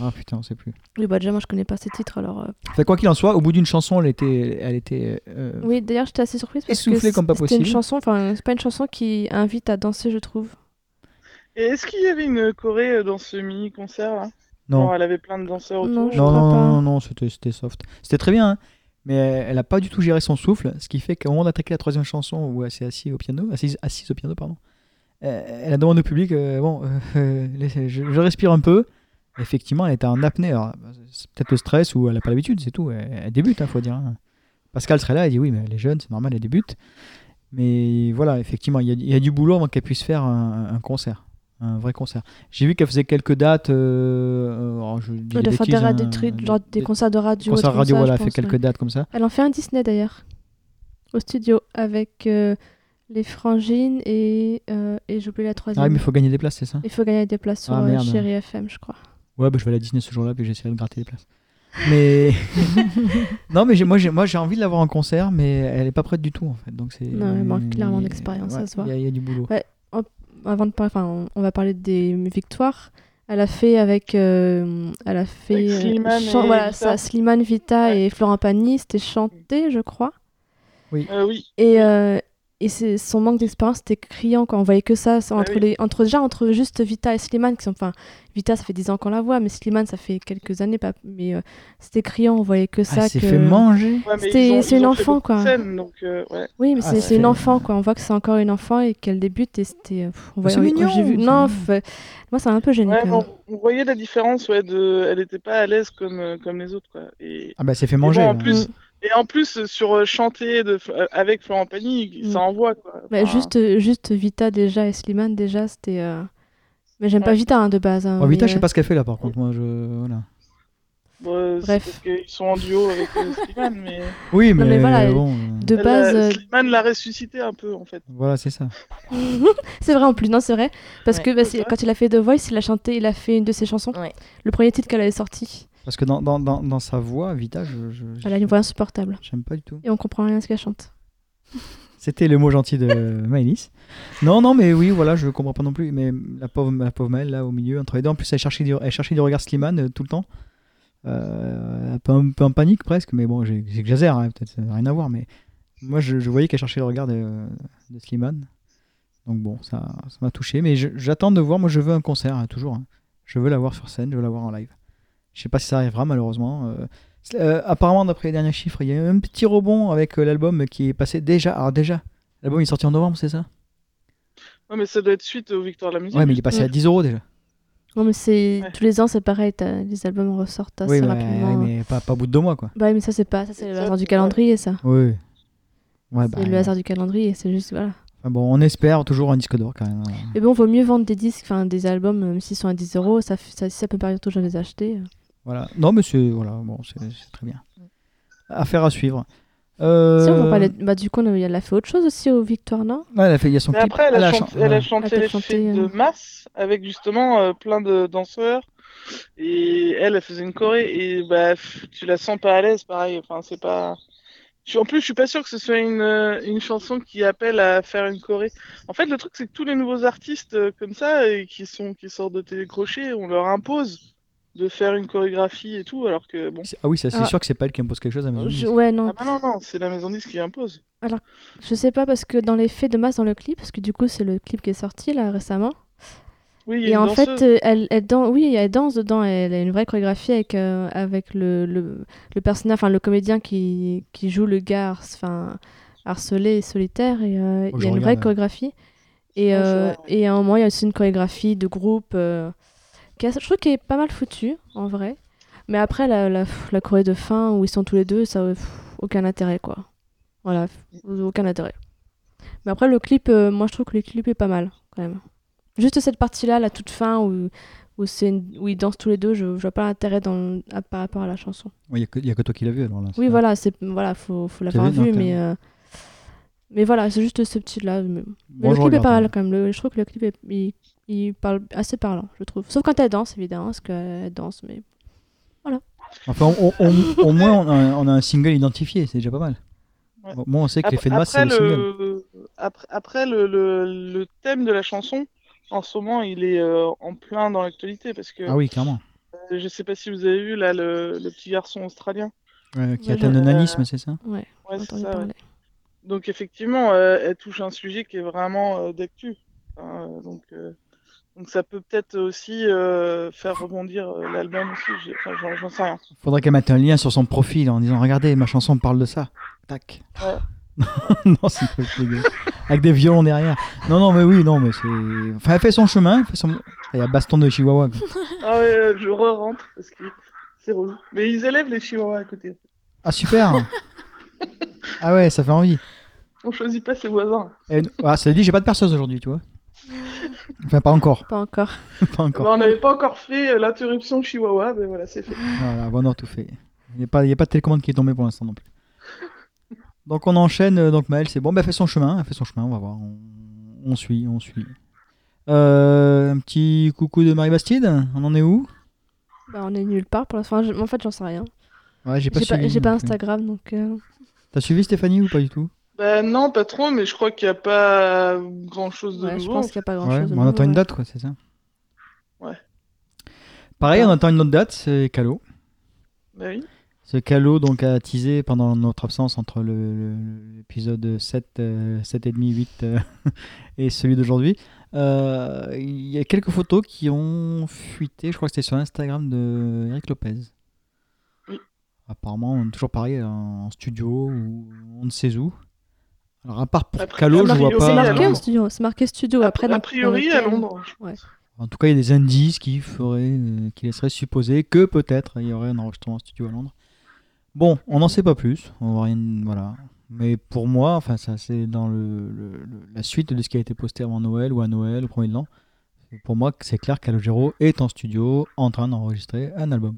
Ah putain, on sait plus. Oui, bah déjà moi je connais pas ces titres alors. euh, Enfin, quoi qu'il en soit, au bout d'une chanson, elle était, elle était euh, Oui, d'ailleurs j'étais assez surprise parce que Essoufflée comme pas c'était une possible. chanson. Enfin, c'est pas une chanson qui invite à danser, je trouve. Et est-ce qu'il y avait une Corée euh, dans ce mini-concert là non, Genre, elle avait plein de danseurs autour. Non, je non, crois non, pas. non, non, c'était c'était soft. C'était très bien, hein, mais elle n'a pas du tout géré son souffle, ce qui fait qu'au moment d'attaquer la troisième chanson où elle s'est assise au piano, assise, assise au piano, pardon, euh, elle a demandé au public, euh, bon, euh, euh, laissez- je, je respire un peu. Effectivement, elle était en apnée. Alors, C'est peut-être le stress ou elle n'a pas l'habitude, c'est tout. Elle, elle débute, il faut dire. hein. Pascal serait là, il dit oui, mais elle est jeune, c'est normal, elle débute. Mais voilà, effectivement, il y, a- il y a du boulot avant qu'elle puisse faire un, un concert. Un vrai concert. J'ai vu qu'elle faisait quelques dates. euh, alors, je dis des de faire des, bêtises, ra- hein, des trucs, des- genre des des concerts de radio. concerts tout radio, ça, voilà, je elle fait pense, quelques ouais. dates comme ça. Elle en fait un Disney d'ailleurs, au studio, avec euh, les frangines et, euh, et j'ai oublié la troisième. Ah, mais il faut gagner des places, c'est ça Il faut gagner des places sur Ah, euh, merde. Chéri FM, je crois. Ouais, bah, je vais à la Disney ce jour-là, puis j'essaierai de gratter des places. Mais. non, mais j'ai- moi, j'ai moi, j'ai envie de la voir en concert, mais elle est pas prête du tout, en fait. Donc c'est... Non, elle manque clairement d'expérience, Ouais, ça se voit. Il y a- il y, a du boulot. Ouais. Avant de parler, enfin, on- on va parler des victoires. Elle a fait avec, euh, elle a fait Avec euh, Slimane chan- et voilà, Vita. ça, Slimane, Vita Ouais. et Florent Pagny, c'était chanté, je crois. Euh, oui. Et, euh, et c'est- son manque d'expérience était criant, quoi. On voyait que ça, ça, Ah entre oui. les, entre, déjà entre juste Vita et Slimane, qui sont, enfin, Vita, ça fait 10 ans qu'on la voit, mais Slimane, ça fait quelques années, pas, mais euh, c'était criant, on voyait que ça. Elle s'est que- Ah, fait manger. Ouais, mais C'était- ils ont- c'est ils une ont fait enfant, beaucoup de quoi. scènes, donc, euh, ouais. Oui, mais Ah, c'est ça c'est une fait- enfant, quoi. On voit que c'est encore une enfant et qu'elle débute, et c'était. euh, pff, on voit- c'est on- mignon, j'ai vu- c'est Non, mignon. fait- moi, ça m'a un peu gêné. Ouais, quand mais même. on, on voyait la différence, ouais, de... elle n'était pas à l'aise comme, euh, comme les autres, quoi. Et, Ah, bah, elle s'est fait manger. bon, en là. plus, Mm. et en plus, euh, sur euh, chanter de... euh, avec Florent Pagny, Mm. ça envoie, quoi. Mais Enfin, juste, juste Vita déjà et Slimane déjà, c'était. euh, Mais j'aime pas Ouais. Vita hein, de base. hein, Bon, Oh, Vita, mais, je sais pas ce qu'elle fait là, par contre. Moi, je... voilà. bon, euh, c'est bref. Parce qu'ils sont en duo avec euh, Slimane, mais Oui, mais, Non, mais voilà, elle- bon. euh, euh, De elle a- base, euh, Slimane l'a ressuscité un peu, en fait. Voilà, c'est ça. c'est vrai en plus, non, c'est vrai. Parce Ouais. que bah, c'est- Ouais. quand il a fait The Voice, il a chanté, il a fait une de ses chansons. Ouais. Le premier titre qu'elle avait sorti. Parce que dans, dans, dans, dans sa voix, Vita, je. je- Elle a une voix insupportable. J'aime pas du tout. Et on comprend rien à ce qu'elle chante. C'était le mot gentil de Maëlys. Non, non, mais oui, voilà, je comprends pas non plus. Mais la pauvre, la pauvre Maël, là, au milieu, entre les deux, en plus, elle cherchait du, elle cherchait du regard Slimane euh, tout le temps. Euh, un, peu, un peu en panique presque, mais bon, j'ai j'ai que jaser, hein, peut-être, ça n'a rien à voir. Mais moi, je, je voyais qu'elle cherchait le regard de, de Slimane. Donc bon, ça ça m'a touché. Mais je- j'attends de voir, moi, je veux un concert, hein, toujours. hein. Je veux la voir sur scène, je veux la voir en live. Je sais pas si ça arrivera, malheureusement. Euh, euh, apparemment, d'après les derniers chiffres, il y a eu un petit rebond avec euh, l'album qui est passé déjà. Alors déjà, l'album est sorti en novembre, c'est ça Ouais, mais ça doit être suite aux Victoires de la musique. Ouais, mais il est passé à Ouais. 10 euros déjà. Non, mais c'est Ouais. tous les ans, c'est pareil. t'as- Les albums ressortent assez oui, bah, rapidement. ouais, mais pas, pas au bout de deux mois, quoi. Bah oui, mais ça, c'est pas. Ça, c'est le Ça, hasard du c'est- calendrier, ça. Oui. Ouais, bah, c'est le hasard du calendrier, c'est juste. Voilà. enfin bon, on espère toujours un disque d'or quand même. hein. Mais bon, vaut mieux vendre des disques, enfin des albums, même s'ils sont à 10 euros, ça, f- ça, si ça peut permettre aux gens de les acheter. euh. Voilà. Non, mais c'est voilà, bon, c'est c'est très bien. Affaire à suivre. Euh... Si on va parler. Bah, du coup, on a- elle a fait autre chose aussi aux Victoires, non Ouais, elle a fait, il y a son Mais clip. après, elle a, Ah, la chanté, chan- elle a ouais. chanté Elle a les chanté, fêtes euh, de mars avec justement euh, plein de danseurs. Et elle, elle faisait une choré. Et bah, pff, tu la sens pas à l'aise, pareil. Enfin, c'est pas. Je suis- En plus, je suis pas sûr que ce soit une, euh, une chanson qui appelle à faire une choré. En fait, le truc, c'est que tous les nouveaux artistes euh, comme ça, et qui, sont, qui sortent de tes crochets, on leur impose de faire une chorégraphie et tout, alors que bon. Ah oui, ça, c'est Ah. sûr que c'est pas elle qui impose quelque chose à Maison Je- Disque. Ouais, Ah non. bah non, non, c'est la maison disque qui impose. Je sais pas, parce que dans les faits de masse dans le clip, parce que du coup, c'est le clip qui est sorti là récemment. Oui, il y a Et une en danseuse. fait, euh, elle, elle danse, oui, elle danse dedans, elle a une vraie chorégraphie avec, euh, avec le, le, le personnage, enfin le comédien qui, qui joue le gars har- enfin, harcelé et solitaire, et euh, Faut que il y je a une regarde, vraie ouais. chorégraphie. Et, Ouais, c'est euh, vrai. et à un moment, il y a aussi une chorégraphie de groupe, euh, qui est- je trouve qu'elle est pas mal foutue, en vrai. Mais après, la, la, la choré de fin, où ils sont tous les deux, ça, pff, aucun intérêt, quoi. Voilà, pff, aucun intérêt. Mais après, le clip, euh, moi je trouve que le clip est pas mal, quand même. Juste cette partie-là, la toute fin, où, où, c'est une- où ils dansent tous les deux, je, je vois pas l'intérêt dans, à- par rapport à la chanson. Ouais, Il y, a que- il y a que toi qui l'as vu alors là. c'est Oui, ça. voilà, c'est voilà, faut, faut l'avoir l'as vu, vu, donc, mais euh, mais voilà, c'est juste ce petit-là. Mais, mais Bon, le je clip est pas regarde. hein. mal quand même. Le- je trouve que le clip est- il, il parle assez parlant, je trouve. Sauf quand elle danse, évidemment, parce qu'elle danse, mais Enfin, on- on- on- au moins, on a, un- on a un single identifié, c'est déjà pas mal. Ouais. Au moins, on sait que Après- l'effet de masse, c'est après le single. le- Après, après le, le- le thème de la chanson, en ce moment, il est euh, en plein dans l'actualité parce que Ah oui, clairement. euh, je sais pas si vous avez vu là le, le petit garçon australien. Ouais, qui Moi, atteint je- le nanisme, c'est ça Ouais, j'ai c'est entendu ça, ouais. parler. Donc effectivement, euh, elle touche un sujet qui est vraiment euh, d'actu. Enfin, euh, donc, euh, donc ça peut peut-être aussi euh, faire rebondir euh, l'album aussi. J'ai- enfin, j'en- j'en sais rien. Faudrait qu'elle mette un lien sur son profil en disant Regardez, ma chanson parle de ça. Tac. Ouais. non, c'est pas dégueu. Avec des violons derrière. Non, non, mais oui, non, mais c'est. Enfin, elle fait son chemin. elle fait son- Il y a baston de Chihuahua. quoi. Ah ouais, euh, je re-rentre parce que c'est relou. Mais ils élèvent les chihuahuas à côté. Ah, super Ah ouais, ça fait envie. On choisit pas ses voisins. Et- Ah, ça dit, j'ai pas de perceuse aujourd'hui, tu vois. Enfin, pas encore. Pas encore. pas encore. Bah, on n'avait pas encore fait euh, l'interruption Chihuahua, mais voilà, c'est fait. Voilà, One Hour tout fait. Il n'y a, pas- il y a pas de télécommande qui est tombée pour l'instant non plus. Donc on enchaîne. euh, Donc Maëlle, c'est bon, bah, elle fait son chemin. Elle fait son chemin, on va voir. On, on suit, on suit. Euh, un petit coucou de Marie Bastide. On en est où Bah, on est nulle part pour l'instant. Enfin, je- En fait, j'en sais rien. Ouais, j'ai pas J'ai pas, suivi j'ai pas non plus. Instagram, donc. euh, T'as suivi Stéphanie ou pas du tout Bah non, pas trop, mais je crois qu'il n'y a pas grand chose de ouais, je nouveau. pense qu'il n'y a pas grand Ouais, chose. bah, on attend une date, quoi, c'est ça Ouais. Pareil, Ouais. on attend une autre date, c'est Calo. Bah oui. Ce Calo donc a teasé pendant notre absence entre le- le- l'épisode 7, euh, 7,5, 8 euh, et celui d'aujourd'hui. Euh, Il y a quelques photos qui ont fuité, je crois que c'était sur Instagram de Eric Lopez. Oui. Apparemment, on est toujours pareil hein, en studio ou on ne sait où. Alors, à part pour Après, Calo, je a vois priori, pas. C'est à marqué en Londres. studio. C'est marqué studio. Après, euh, a, dans- a priori, dans à lequel- Londres. En tout cas, il y a des indices qui feraient, euh, qui laisseraient supposer que peut-être il y aurait un enregistrement en studio à Londres. Bon, on n'en sait pas plus. On va rien, voilà. Mais pour moi, enfin, ça c'est dans le, le- le- la suite de ce qui a été posté avant Noël ou à Noël, au premier de l'an. Pour moi, c'est clair qu'Alogero est en studio en train d'enregistrer un album.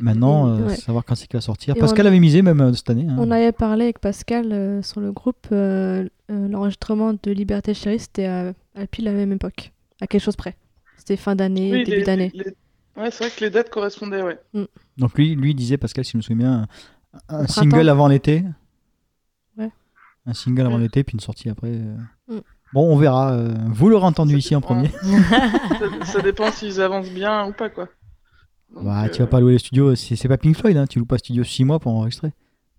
Maintenant, Et- euh, ouais. savoir quand c'est qu'il va sortir. Mm. Et Parce on- qu'elle avait misé même euh, cette année. hein. On avait parlé avec Pascal euh, sur le groupe. euh, euh, L'enregistrement de Liberté Chérie, c'était à, à pile la même époque. À quelque chose près. C'était fin d'année, Oui, début les- d'année. les- Ouais, c'est vrai que les dates correspondaient, ouais. Donc lui, lui disait, Pascal, si je me souviens, un- un, Au single printemps. avant l'été. Ouais. Un single avant Ouais. l'été, puis une sortie après. euh. Mm. Bon, on verra. euh, Vous l'aurez entendu Ça ici en dépend. premier. ça, ça dépend s'ils avancent bien ou pas, quoi. Donc, Bah, euh, Tu vas pas louer les studios. C'est c'est pas Pink Floyd, hein. tu loues pas studio 6 mois pour enregistrer.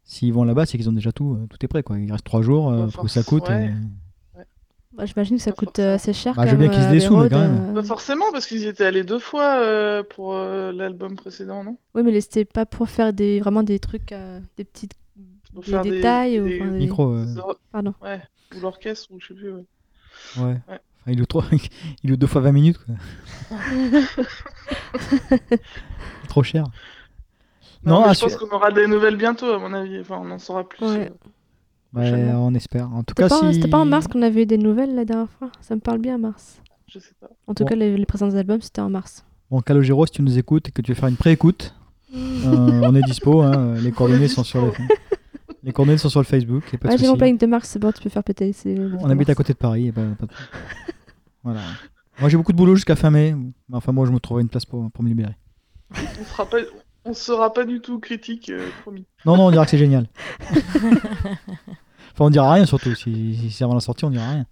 S'ils vont là-bas, c'est qu'ils ont déjà tout. euh, Tout est prêt, quoi. Il reste 3 jours euh, Bah, pour que ça force- coûte. euh, ouais. et- Bah, J'imagine que ça Pas coûte forcément. euh, assez cher. Bah, je quand veux bien même, qu'ils se euh, les dessous, mais roads, quand même. euh, Pas forcément, parce qu'ils y étaient allés deux fois euh, pour euh, l'album précédent, non Oui, mais c'était pas pour faire des, vraiment des trucs, euh, des petites Pour des faire des- détails. ou, des- enfin, des- Micro. euh, Pardon. Ouais, ou l'orchestre, ou je sais plus, ouais. Ouais. Enfin, il, loue trois- il loue deux fois 20 minutes. Quoi. Trop cher. Non, Non, mais ah, je pense celui- qu'on aura des nouvelles bientôt, à mon avis. Enfin, on en saura plus. Ouais. euh. Ouais, Prochainement. on espère. En tout cas, C'était pas, si- c'était pas en mars qu'on avait eu des nouvelles la dernière fois Ça me parle bien, mars. Je sais pas. En tout Bon. cas, les, les présents albums, c'était en mars. Bon, Calogero, si tu nous écoutes et que tu veux faire une pré-écoute, euh, on est dispo. hein, les coordonnées sont sur le, les coordonnées sont sur le Facebook. y a pas de Ah, j'ai mon souci. planning de mars, c'est bon, tu peux faire péter. c'est le On fin habite à mars. côté de Paris. y a pas- pas de- voilà. Moi, j'ai beaucoup de boulot jusqu'à fin mai. mais Enfin, moi, je me trouverai une place pour, pour me libérer. On fera pas... On sera pas du tout critique, euh, promis. Non, non, on dira que c'est génial. enfin, on dira rien surtout. Si, si c'est avant la sortie, on dira rien.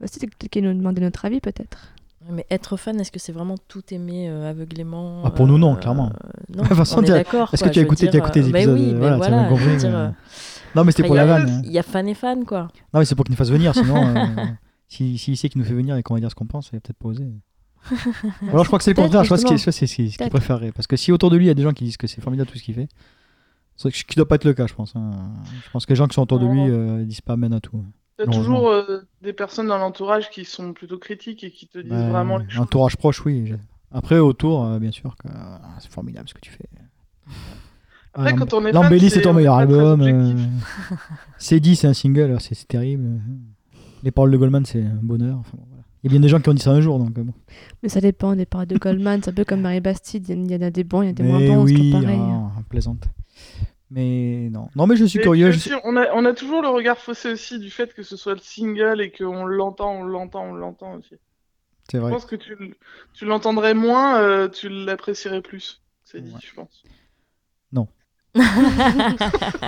Bah, si, c'est peut-être qu'ils nous demandaient notre avis, peut-être. Mais être fan, est-ce que c'est vraiment tout aimer euh, aveuglément euh, Ah, pour nous, non, clairement. non, De toute façon, on est t'as- d'accord. est-ce quoi, que tu as je veux écouté- dire, tu as écouté les euh, mais épisodes, oui, euh, mais voilà, voilà, tu as bien je veux compris, dire, euh, euh, Non, mais c'était après, pour il y la a- vanne. hein. Il y a fan et fan, quoi. Non, mais c'est pour qu'il nous fasse venir. Sinon, euh, si, si sait qu'il nous fait venir et qu'on va dire ce qu'on pense, il va peut-être pas oser. Ou Alors je crois que c'est le Peut-être, contraire, je crois que c'est soit justement. c'est- c'est ce qu'il Peut-être. préférerait. Parce que si autour de lui il y a des gens qui disent que c'est formidable tout ce qu'il fait, c'est ce qui doit pas être le cas, je pense. hein. Je pense que les gens qui sont autour de lui Non. euh, ils disent pas amène à tout. T'as Non, toujours euh, des personnes dans l'entourage qui sont plutôt critiques et qui te disent Bah, vraiment les choses. L'entourage proche, oui. je- Après, autour, euh, bien sûr, que ah, c'est formidable ce que tu fais. Après, Ah, quand on est fan, L'embellie, c'est- c'est ton on est meilleur pas très album. objectif. euh, C'est dit, c'est un single, alors c'est c'est terrible. Les paroles de Goldman, c'est un bonheur. Enfin, bon, voilà. Il y a bien des gens qui ont dit ça un jour, donc euh, bon. Mais ça dépend des paroles de Goldman, c'est un peu comme Marie Bastide. Il y en a des bons, il y en a des moins Mais bons, oui, c'est pas pareil. ah, plaisante. Mais non. Non, mais je suis Mais curieux. bien je- sûr, on, a, on a toujours le regard faussé aussi du fait que ce soit le single et qu'on l'entend, on l'entend, on l'entend aussi. C'est Je vrai. pense que tu, l- tu l'entendrais moins, euh, tu l'apprécierais plus. C'est dit, Ouais. je pense.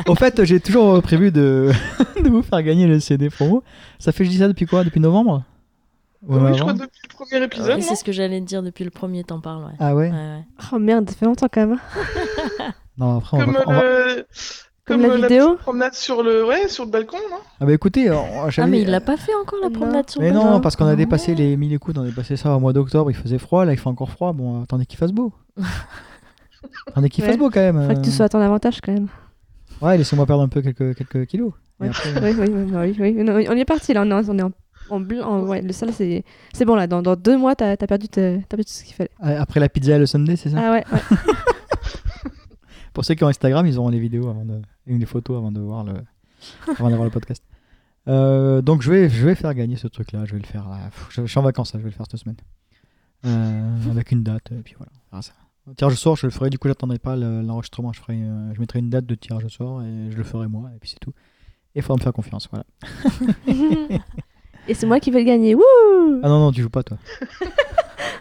Au fait, j'ai toujours euh, prévu de... de vous faire gagner le CD promo. Ça fait, je dis ça depuis quoi Depuis novembre Ou oui, avant je crois depuis le premier épisode. Ah, Et non c'est ce que j'allais te dire depuis le premier temps parle, ouais. Ah ouais Ouais, ouais. Oh merde, ça fait longtemps quand même. hein. Non, après, on comme, va... on va- euh, Comme la euh, vidéo petite promenade sur le... Ouais, sur le balcon, non Ah bah écoutez, on... Ah, j'avais- mais il l'a pas fait encore la Non. promenade sur euh, hein. Mais le non, Jura. parce qu'on a Non. dépassé les 1000 écoutes, on a dépassé ça au mois d'octobre, il faisait froid, là il fait encore froid, bon, attendez qu'il fasse beau. attendez qu'il Ouais. fasse beau quand même. Faudrait que tu euh. sois à ton avantage quand même. Ouais, laissez-moi perdre un peu quelques, quelques kilos. Et Ouais. après, Oui, oui, oui, oui, oui. Non, on est parti là, on est on est en, en blanc. Ouais, le sale, c'est c'est bon là. Dans, dans deux mois, t'as as perdu, te- t'as perdu tout ce qu'il fallait. euh, après la pizza et le Sunday, c'est ça Ah ouais, ouais. Pour ceux qui ont Instagram, ils auront les vidéos avant de... et les photos avant de voir le, avant d'avoir le podcast. Euh, donc je vais, je vais faire gagner ce truc-là. Je vais le faire. là. Pff, Je, je suis en vacances, là, je vais le faire cette semaine. Euh, avec une date, et puis voilà. on verra ça. Tirage au sort, je le ferai. Du coup, j'attendrai pas le- l'enregistrement. Je, ferai, euh, je mettrai une date de tirage au sort et je le ferai moi, et puis c'est tout. Et il faudra me faire confiance, voilà. Et c'est moi qui vais le gagner. Wouh Ah non, non, tu joues pas, toi.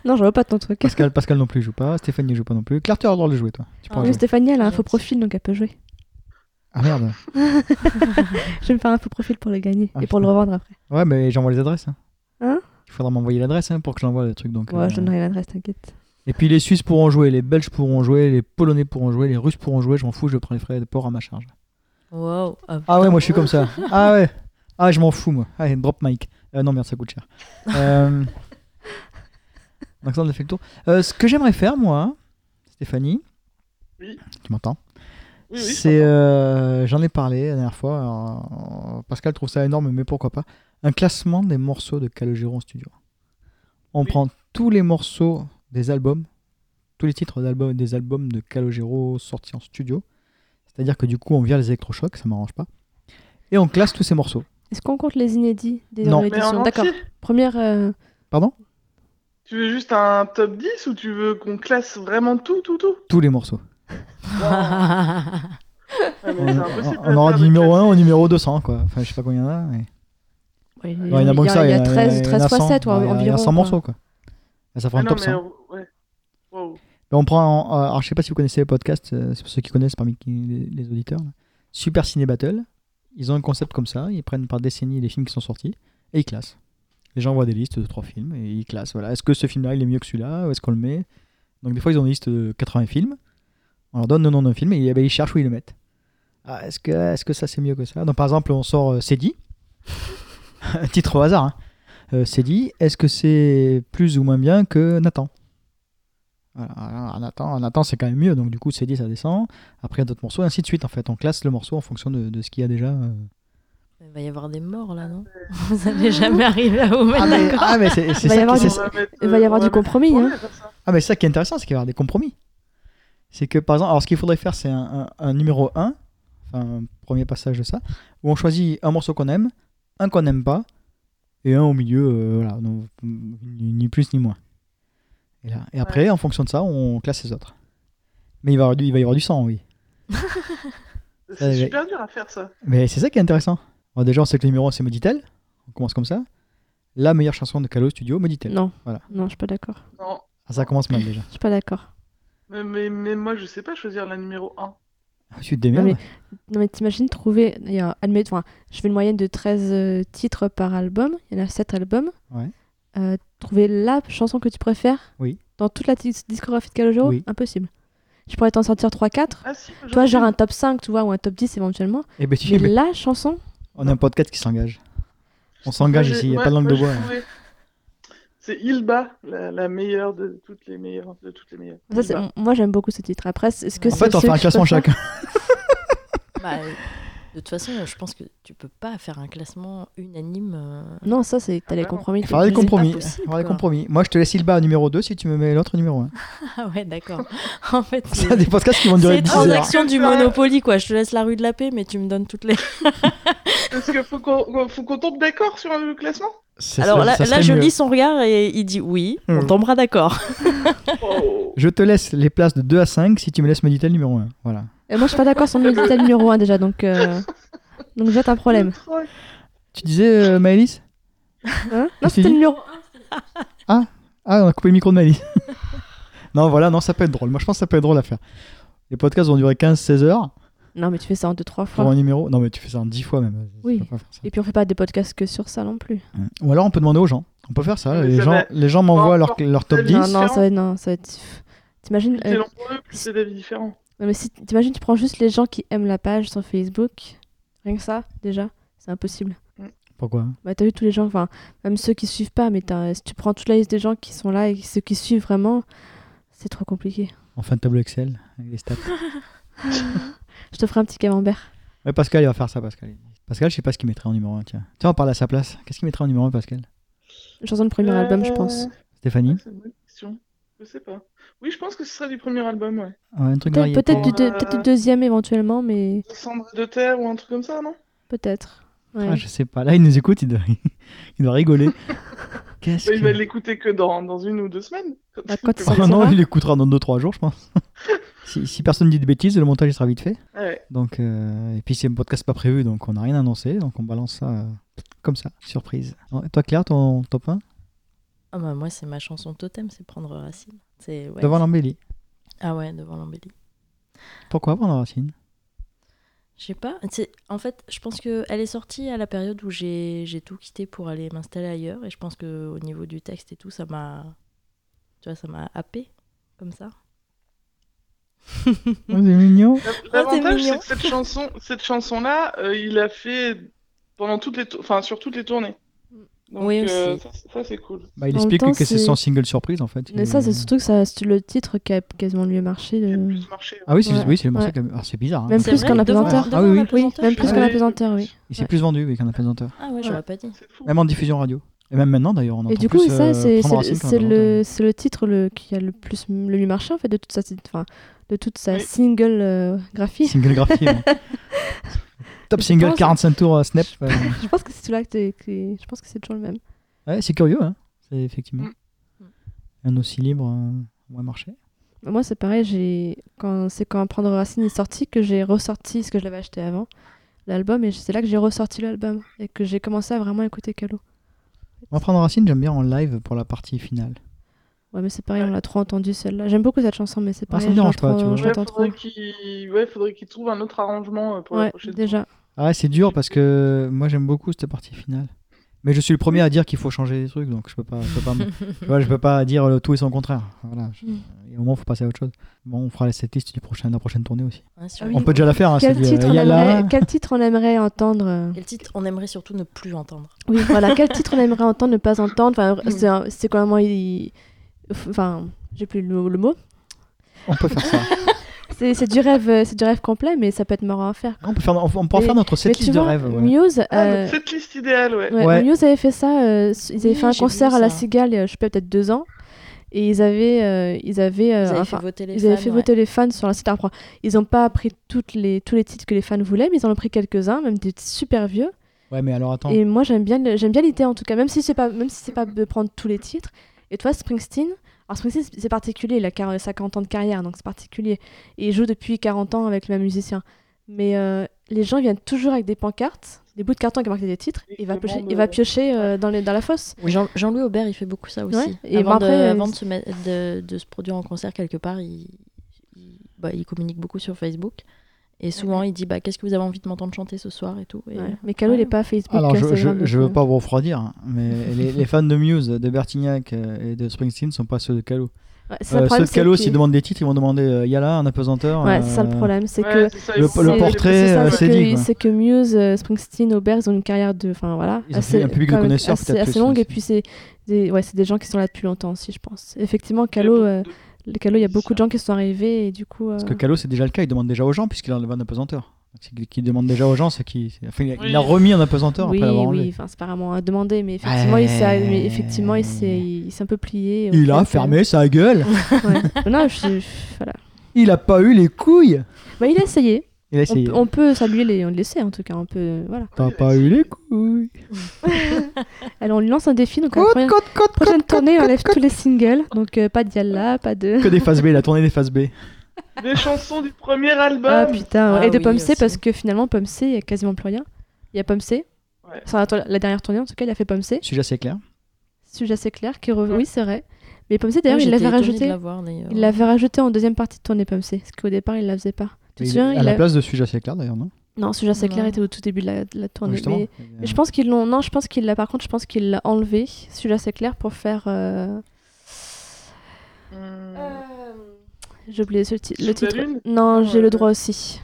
non, je vois pas ton truc. Pascal, Pascal non plus joue pas. Stéphanie ne joue pas non plus. Claire, tu as le droit de le jouer, toi. Tu pourras Mais jouer. Stéphanie, elle a un faux Gentil. profil, donc elle peut jouer. Ah merde. Je vais me faire un faux profil pour le gagner Ah, et putain. pour le revendre après. Ouais, mais j'envoie les adresses. Hein. Hein Il faudra m'envoyer l'adresse hein, pour que j'envoie le truc. Donc, Ouais, euh, je donnerai l'adresse, t'inquiète. Et puis les Suisses pourront jouer, les Belges pourront jouer, les Polonais pourront jouer, les Russes pourront jouer. Je m'en fous, je prends les frais de port à ma charge. Wow. Ah ouais, moi je suis comme ça. Ah ouais. Ah, je m'en fous, moi. Allez, drop mic. Euh, non, merde, ça coûte cher. Euh, Donc ça, on a fait le tour. Euh, ce que j'aimerais faire, moi, Stéphanie. Oui. Tu m'entends Oui, oui, C'est. euh, J'en ai parlé la dernière fois. alors, euh, Pascal trouve ça énorme, mais pourquoi pas. Un classement des morceaux de Calogero en studio. On Oui. prend tous les morceaux des albums, tous les titres d'albums des albums de Calogero sortis en studio. C'est-à-dire que du coup, on vient les électrochocs, ça m'arrange pas. Et on classe tous ces morceaux. Est-ce qu'on compte les inédits des Non. Mais en rééditions D'accord. entier, Première. euh, Pardon tu veux juste un top 10 ou tu veux qu'on classe vraiment tout, tout, tout Tous les morceaux. Ouais, mais On, c'est impossible on de aura faire du des numéro classes. 1 au numéro 200, quoi. Enfin, je sais pas combien il y en a. mais- ouais, Ouais, il y en a moins que ça. Il y a en 13, il y en 13 a fois 100, 7 ouais, il y a- environ. Il y a 100 quoi. morceaux, quoi. Et ça fera Ah un non, top mais 100. euh, ouais. Wow. Mais on prend. en- euh, alors, je sais pas si vous connaissez les podcasts, euh, c'est pour ceux qui connaissent parmi qui- les, les auditeurs. là. Super Ciné Battle. Ils ont un concept comme ça. Ils prennent par décennie les films qui sont sortis et ils classent. Les gens voient des listes de trois films et ils classent. Voilà. Est-ce que ce film-là, il est mieux que celui-là Où est-ce qu'on le met Donc, des fois, ils ont une liste de 80 films. On leur donne le nom d'un film et eh ben, ils cherchent où ils le mettent. Ah, est-ce, que, est-ce que ça, c'est mieux que ça Donc, par exemple, on sort euh, Cédi. Titre au hasard. hein. Euh, Cédi, est-ce que c'est plus ou moins bien que Nathan voilà, alors, Nathan, Nathan c'est quand même mieux, donc du coup c'est dit ça descend. Après il y a d'autres morceaux, et ainsi de suite en fait. On classe le morceau en fonction de, de ce qu'il y a déjà. euh. Il va y avoir des morts là, non Ça n'est jamais arrivé à Oman. Ah mais, ah, mais c'est c'est Il va y ça, avoir qui- du- c'est- On va mettre, Il va y euh, avoir on va du mettre compromis. premier Hein. à faire ça. ah, mais c'est ça qui est intéressant, c'est qu'il va y avoir des compromis. C'est que par exemple, alors ce qu'il faudrait faire c'est un, un- un numéro 1, enfin un premier passage de ça, où on choisit un morceau qu'on aime, un qu'on n'aime pas, et un au milieu, euh, voilà, donc, ni ni plus ni moins. Et, là, et après en fonction de ça, on classe les autres. Mais il va y avoir du, il va y avoir du sang, oui. C'est Ouais, super dur à faire ça. Mais c'est ça qui est intéressant. Bon, déjà, on sait que le numéro 1, c'est Meditel. On commence comme ça. La meilleure chanson de Calo Studio, Meditel. Non. Voilà. Non, je suis pas d'accord. Non, Ah, ça commence mal déjà. Je suis pas d'accord. mais, mais, mais moi je sais pas choisir la numéro 1. Ah, Tu te démerdes. Non, Non, mais t'imagines trouver. il y a- admettons, enfin, je fais une moyenne de 13 euh, titres par album. Il y en a 7 albums. Ouais. Euh, trouver la chanson que tu préfères Oui. dans toute la dis- discographie de Calogero Oui. Impossible. Je pourrais t'en sortir 3-4. Ah si, j'en Toi, sais genre une. un top 5, tu vois, ou un top 10 éventuellement. Eh ben, tu- Mais mais la chanson, on a un podcast qui s'engage. On s'engage Moi, ici, j'ai- il n'y a moi- pas de langue moi, de j'ai bois. hein. trouvé. C'est Ilba, la, la meilleure de toutes les meilleures. De toutes les meilleures. ça, c'est- Ilba. moi j'aime beaucoup ce titre. Après, c'est- est-ce que En En c'est fait, on ceux fait un que je classement préfère chacun. Bah, euh, de toute façon, je pense que tu peux pas faire un classement unanime. euh, Non, ça, c'est t'as les Ah, non. compromis. Il faudra des c'est pas compromis. possible, Il faudra des quoi. compromis. Moi, je te laisse Ilba numéro 2 si tu me mets l'autre numéro 1. Ah ouais, d'accord. En fait, C'est c'est des podcasts qui vont c'est durer les 10 heures. transactions du Monopoly, quoi. Je te laisse la rue de la paix, mais tu me donnes toutes les. Parce que faut qu'on faut qu'on tombe d'accord sur le classement. C'est- Alors ça- là, ça là, serait je mieux. lis son regard et il dit oui, on Hmm. tombera d'accord. Oh. Je te laisse les places de 2 à 5 si tu me laisses Meditel numéro 1. Voilà. Et Euh, moi, je suis pas d'accord sur le médical numéro 1 déjà, donc. euh, Donc déjà, t'as un problème. Tu disais, euh, Maëlys Hein Qu'est-ce non, qu'il c'était le dit numéro 1. Ah, on a coupé le micro de Mali. non, voilà, non, ça peut être drôle. Moi, je pense que ça peut être drôle à faire. Les podcasts vont durer 15-16 heures Non, mais tu fais ça en 2-3 pour fois. un numéro. Non, mais tu fais ça en 10 fois même. Oui. Tu peux pas faire ça. Et puis on fait pas des podcasts que sur ça non plus. Ou alors, on peut demander aux gens. On peut faire ça. Mais Les ça gens, va- les gens m'envoient Peu leur, importe. leur top Ça 10. Non, va- non, ça va être. Non, ça va être... T'imagines. Plus c'est euh, long pour eux, plus c'est d'avis différents. non, mais si t'imagines, tu prends juste les gens qui aiment la page sur Facebook. Rien que ça, déjà, c'est impossible. Pourquoi Bah, t'as vu tous les gens, enfin, même ceux qui suivent pas, mais t'as- si tu prends toute la liste des gens qui sont là et ceux qui suivent vraiment, c'est trop compliqué. En fin de tableau Excel, avec les stats. Je te ferai un petit camembert. Ouais, Pascal, il va faire ça, Pascal. Pascal, je sais pas ce qu'il mettrait en numéro 1. Tiens, tiens on parle à sa place. Qu'est-ce qu'il mettrait en numéro 1, Pascal Une chanson de premier Euh, album, je pense. Stéphanie C'est une bonne question. Je sais pas. Oui, je pense que ce serait du premier album, ouais. Ouais, Un truc Peut-être varié. peut-être du, pour, deux- euh, peut-être du deuxième éventuellement, mais Cendre de terre ou un truc comme ça, non peut-être. Ouais. Ah, je sais pas. Là, il nous écoute, il doit, il doit rigoler. Qu'est-ce Bah, Il va que... l'écouter que dans, dans une ou deux semaines. Bah, quand il Oh sortira. non, il écoutera dans 2-3 jours, je pense. si, si personne dit de bêtises, le montage il sera vite fait. Ouais. Donc, euh, et puis, c'est un podcast pas prévu, donc on n'a rien annoncé. Donc, on balance ça euh, comme ça, surprise. Oh, et toi, Claire, ton top 1 Ah bah, moi, c'est ma chanson totem, c'est prendre racine. C'est ouais, Devant l'embellie. Ah ouais, devant l'embellie. Pourquoi prendre racine Je sais pas. tu sais, En fait, je pense que elle est sortie à la période où j'ai j'ai tout quitté pour aller m'installer ailleurs. Et je pense que au niveau du texte et tout, ça m'a. Tu vois, ça m'a happé. Comme ça. Mmh. Oh, C'est mignon. L'avantage, c'est mignon. que cette chanson, cette chanson-là, euh, il a fait pendant toutes les, tou- enfin sur toutes les tournées. Donc, Oui, euh, aussi. ça, ça, c'est cool. Bah, il En même explique temps, que c'est c'est- son single surprise en fait. Mais Et- ça, c'est surtout que ça c'est le titre qui a quasiment le mieux marché. Il a de- plus marché. hein. Ah oui, c'est Ouais. oui, c'est le morceau Ouais. qui a- Ah, c'est bizarre. hein. Même C'est plus vrai, qu'un devant- apesanteur. devant Ah oui, oui. Oui, l'apesanteur, même je plus sais qu'un pas. Ouais. apesanteur, oui. Il s'est Ouais. plus vendu oui, qu'un apesanteur. Ah ouais, j'aurais pas dit. C'est fou. Même en diffusion radio. Et même maintenant d'ailleurs, on entend Et du coup, plus, oui, ça, euh, c'est prendre c'est- racine qu'un c'est le, apesanteur. c'est le titre le, qui a le plus le mieux marché en fait de toute sa, enfin, de toute sa Oui. single euh, graphie. Single graphié. ouais. Top Je single, pense- 45 tours euh, snap. euh. je pense que c'est celui-là que t'es- que- je pense que c'est toujours le même. Ouais, c'est curieux, hein. C'est effectivement. Mm. Un aussi libre, euh, moins marché. Moi, c'est pareil, j'ai quand c'est quand Prendre Racine est sorti que j'ai ressorti ce que je l'avais acheté avant, l'album, et c'est là que j'ai ressorti l'album et que j'ai commencé à vraiment écouter Calo. Moi, prendre racine, j'aime bien en live pour la partie finale. Ouais, mais c'est pareil, on l'a trop entendu celle-là. J'aime beaucoup cette chanson, mais c'est Ah, ça pareil. me je la dérange pas, trouve- tu vois. je Ouais, l'entends trop. faudrait qu'il, ouais, faudrait qu'il trouve un autre arrangement euh, pour la Ouais, prochaine. déjà. Ah, c'est dur parce que moi, j'aime beaucoup cette partie finale. Mais je suis le Mm. premier à dire qu'il faut changer des trucs, donc je peux pas, je peux pas, me- tu vois, je peux pas dire le tout et son contraire. Voilà. je- Mm. Il y a un moment, faut passer à autre chose. Bon, on fera cette liste du prochain, de la prochaine tournée aussi. Hein, sur- Ah oui. On peut déjà la faire. Hein, Quel cette- titre, euh, on il y a là- aimerait... Quel titre on aimerait entendre euh, Et le titre, on aimerait surtout ne plus entendre. Oui, voilà. Quel titre on aimerait entendre, ne pas entendre enfin, Hmm. c'est un- C'est quand même. il- Enfin, j'ai plus le, le mot. On peut faire ça. C'est c'est du rêve, euh, c'est du rêve complet, mais ça peut être marrant à faire. On peut faire, on, on pourra Mais- faire notre mais setlist tu de vois, rêve. ouais. Muse, Ah, euh, donc, cette liste idéale, ouais. Ouais, Ouais. Muse avait fait ça. euh, s- ils avaient Oui, fait un j'ai concert vu à la ça. Cigale, il y a, je sais pas, peut-être deux ans. Et ils avaient, euh, ils avaient, euh, Ils avaient enfin, fait voter les ils avaient fans, fait ouais. voter les fans sur la site. Alors, après, ils n'ont pas pris toutes les, tous les titres que les fans voulaient, mais ils en ont pris quelques-uns, même des super vieux. Ouais, mais alors attends. Et moi, j'aime bien, le- j'aime bien l'idée en tout cas, même si c'est pas, même si c'est pas de prendre tous les titres. Et toi, Springsteen. Alors Springsteen, c'est- c'est particulier, il a quar- 50 ans de carrière, donc c'est particulier. Et il joue depuis 40 ans avec le même musicien. Mais euh, les gens viennent toujours avec des pancartes, des bouts de carton qui marquent des titres, Et et va ils piocher, demandent, il va euh, piocher euh, dans, les, dans la fosse. Oui, Jean- Jean-Louis Aubert, il fait beaucoup ça aussi. Ouais, et avant, bah de, après, avant euh, de se, mettre- de, de se produire en concert quelque part, il, il- bah, il communique beaucoup sur Facebook. Et souvent, il dit bah, Qu'est-ce que vous avez envie de m'entendre chanter ce soir et tout. Et, Ouais. Mais Calo, il n'est pas à Facebook. Alors, euh, je, c'est je, vraiment je veux de- pas vous refroidir, hein, mais les, les fans de Muse, de Bertignac euh, et de Springsteen sont pas ceux de Calo. Ouais, c'est ça, Euh, le ceux problème, de Calo, c'est s'ils que- demandent des titres, ils vont demander euh, Yala, un apesanteur. Ouais, c'est ça le euh, problème, c'est Ouais, que c'est ça, le- il faut- le c'est- portrait, c'est ça, euh, c'est c'est que- dit, quoi. C'est que Muse, euh, Springsteen, Aubert, ils ont une carrière de, enfin voilà, Ils ont fait un public de quand même connaisseurs, assez, peut-être assez plus, longue. ouais. Et puis c'est des, ouais, c'est des gens qui sont là depuis longtemps aussi, je pense. Effectivement, Calo, euh, le Calo, il y a beaucoup de gens qui sont arrivés et du coup. euh, Parce que Calo, c'est déjà le cas, il demande déjà aux gens, puisqu'il enlève un apesanteur. Qui, qui demande déjà aux gens, c'est qui. c'est- Enfin, il a- Oui. il a remis un apesanteur oui, après l'avoir enlevé. oui, enfin c'est pas vraiment à demander, mais effectivement, il s'est, mais effectivement, il s'est, il s'est un peu plié. au Il a fait, fermé sa gueule. euh, ouais. non, je, je- voilà. Il a pas eu les couilles. Bah, il a essayé. Il a On, essayé. peut- on peut saluer les, on l'essaie en tout cas. On peut, euh, voilà. T'as pas eu les couilles. Alors on lui lance un défi, donc la Côte, première- côte, côte, prochaine côte, tournée, on côte, enlève côte. tous les singles, donc euh, pas de Yalla, pas de. Que des phases B, il a tourné des phases B. Des chansons du premier album. Ah putain, ouais. Ah et de oui, Pomme C aussi. parce que finalement Pomme C, il y a quasiment plus rien. Il y a Pomme C. Ouais. Enfin, attends, la dernière tournée, en tout cas, il a fait Pomme C. Sujet assez clair. Sujet assez clair, qui rev- Ouais. oui, c'est vrai. Mais Pomme C, d'ailleurs, Ah il Ah, J'étais l'avait étonnée de rajouté. la voir, d'ailleurs. Il l'avait rajouté en deuxième partie de tournée Pomme C, parce qu'au départ, il la faisait pas. Tu te Mais il- souviens à il la a- place de sujet assez clair d'ailleurs, non Non, Sujet assez clair Non. était au tout début de la, de la tournée. Justement. Euh, Mais... mais je pense qu'ils l'ont. Non, je pense qu'il l'a. Par contre, je pense qu'il l'a enlevé, Sujet assez clair, pour faire. euh, Hum, J'ai oublié ce ti- Sous la le titre. lune Non, Non, j'ai euh, le droit aussi.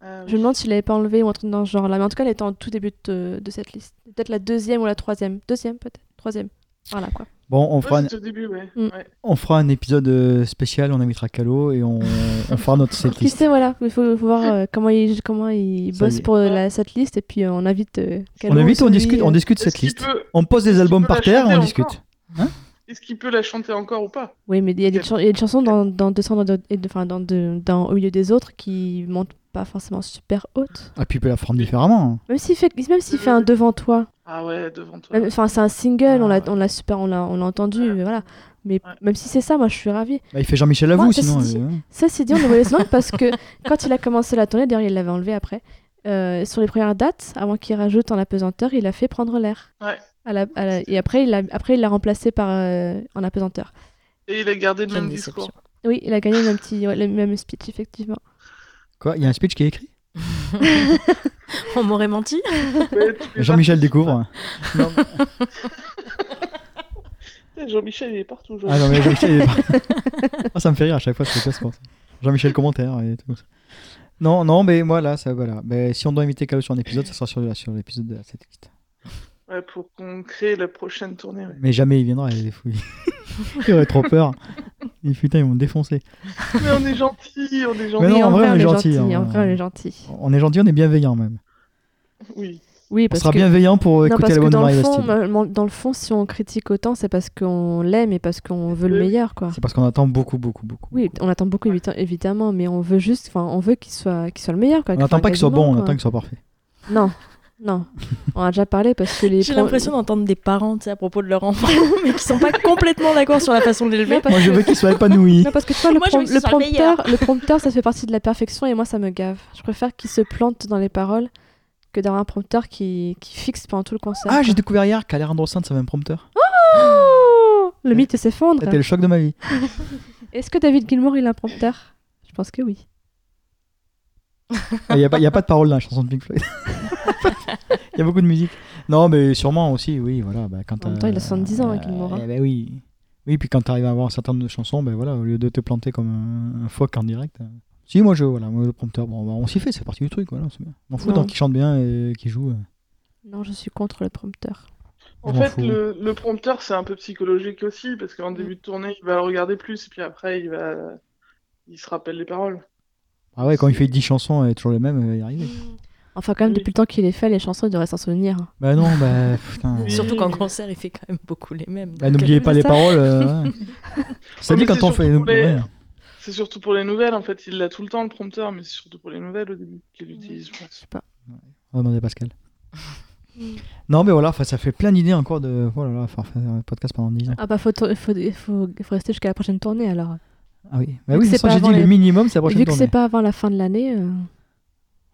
ah oui. Je me demande s'il l'avait pas enlevé ou un truc dans ce genre-là. Mais en tout cas, elle était en tout début de, de cette liste. Peut-être la deuxième ou la troisième. Deuxième, peut-être. Troisième. Voilà, quoi. Bon, on Ouais, fera, un, c'est au début, ouais. Mm. Ouais. on fera un épisode euh, spécial, on invitera Calo et on, on fera notre Qui setlist. sait, voilà. Il faut, faut voir euh, comment il, comment il Ça y bosse est. pour euh, la, cette liste. Et puis, euh, on invite. euh, Calo, On invite, on celui, discute, euh, on discute Est-ce cette qu'il liste. peut- On pose des albums peut par la terre et on chanter discute. encore Est-ce qu'il peut la chanter encore ou pas Oui, mais il y a des, chan- il y a des chansons dans, dans 200 dans- et de- enfin, dans, de- dans Au milieu des autres qui montent pas forcément super haute. Ah, puis il peut la former différemment. Même s'il fait, même s'il fait un devant toi, Ah ouais, devant toi. même- enfin c'est un single, Ah, on l'a, ouais. on l'a super, on l'a, on l'a entendu, Ouais. mais voilà. Mais Ouais. même si c'est ça, moi je suis ravie. Bah, il fait Jean-Michel Avoue, Ouais, ça, sinon. c'est- euh, hein. Ça c'est dit, on le voyait se lancer parce que quand il a commencé la tournée, d'ailleurs il l'avait enlevé après. euh, sur les premières dates, avant qu'il rajoute en apesanteur, il a fait prendre l'air. Ouais. À la- à la- et après il l'a, après il l'a remplacé par euh, en apesanteur. Et il a gardé le Quelle même déception. discours. Oui, il a gagné le même petit, ouais, le même speech effectivement. Quoi Il y a un speech qui est écrit On m'aurait menti. Ouais, tous les Jean-Michel artistes- découvre. Non, Putain, Jean-Michel, il est partout ah, aujourd'hui. non, mais Jean-Michel, il est pas- Ah, ça me fait rire à chaque fois ce classement. Jean-Michel commentaire et tout. Non, non, mais voilà, ça, voilà. Mais si on doit inviter Calo sur un épisode, ça sera sur, sur l'épisode de cette liste. Ouais, pour qu'on crée la prochaine tournée. ouais. Mais jamais il viendra, il est fou. il aurait trop peur. Il putain, ils vont me défoncer. Mais on est gentil, on est gentil. Mais non, Oui, en vrai, on est gentil, hein. En vrai, on est gentil. On est gentil, on est bienveillant même. Oui. Oui, On parce sera que bienveillant pour Non, écouter parce la que bonne dans le, Marie fond, Bastille. ma- man- dans le fond, si on critique autant, c'est parce qu'on l'aime et parce qu'on veut le Oui. meilleur, quoi. C'est parce qu'on attend beaucoup, beaucoup, beaucoup. Oui, on attend beaucoup, évi- évidemment, mais on veut juste, enfin, on veut qu'il soit, qu'il soit le meilleur, quoi. On n'attend Enfin, pas qu'il soit quasiment, bon, on quoi. attend qu'il soit parfait. Non, non. On a déjà parlé parce que les. J'ai pro- l'impression d'entendre des parents tu sais, à propos de leur enfant, mais qui sont pas complètement d'accord sur la façon de l'élever. Non, parce Moi, je que- veux qu'il soit épanoui. non, parce que tu vois, le, Moi, je veux prom- que ce le soit le prompteur, le prompteur, ça fait partie de la perfection et moi, ça me gave. Je préfère qu'il se plante dans les paroles que d'avoir un prompteur qui, qui fixe pendant tout le concert. Ah, quoi. j'ai découvert hier qu'Alejandro Sanz avait un prompteur. Oh Le mythe s'effondre. C'était le choc de ma vie. Est-ce que David Gilmour, il a un prompteur Je pense que oui. Il n'y a, pas- il y a pas de parole dans la chanson de Pink Floyd. Il y a beaucoup de musique. Non, mais sûrement aussi, oui, voilà. bah, quand En même t'as- temps, il a 70 ans, hein, euh, Gilmour, hein. eh ben oui. Oui, puis quand tu arrives à avoir un certain nombre de chansons, ben voilà, au lieu de te planter comme un, un phoque en direct. euh. Si, moi, je, voilà, moi, le prompteur, bon, bah, on s'y fait, c'est partie du truc, voilà, c'est bien. Je M'en fous Non. tant qu'il chante bien et qu'il joue. euh. Non, je suis contre le prompteur. On En m'en fait, fout. le, le prompteur, c'est un peu psychologique aussi, parce Mm. qu'en début de tournée, il va le regarder plus, et puis après, il va. Il se rappelle les paroles. Ah ouais, quand il fait 10 chansons, elle est toujours les mêmes, elle va y arriver. Enfin, quand même, Oui. depuis le temps qu'il est fait, les chansons, il devrait s'en souvenir. Bah non, bah putain. Oui. Surtout qu'en concert, il fait quand même beaucoup les mêmes. Bah, n'oubliez pas C'est les ça. paroles. euh, ouais. Ça Ouais, dit mais quand c'est on fait. surtout pour les- ouais. C'est surtout pour les nouvelles, en fait. Il l'a tout le temps, le prompteur, mais c'est surtout pour les nouvelles au début qu'il utilise, je pense. On va demander Oh, à Pascal. non, mais voilà, enfin, ça fait plein d'idées encore de. Voilà, là, faut faire un podcast pendant 10 ans. Ah bah, faut, tour- faut, faut, faut rester jusqu'à la prochaine tournée alors. Ah oui, bah Vu oui que c'est c'est ça, pas j'ai dit avant le les- minimum, c'est la Vu prochaine que c'est tournée. pas avant la fin de l'année. euh,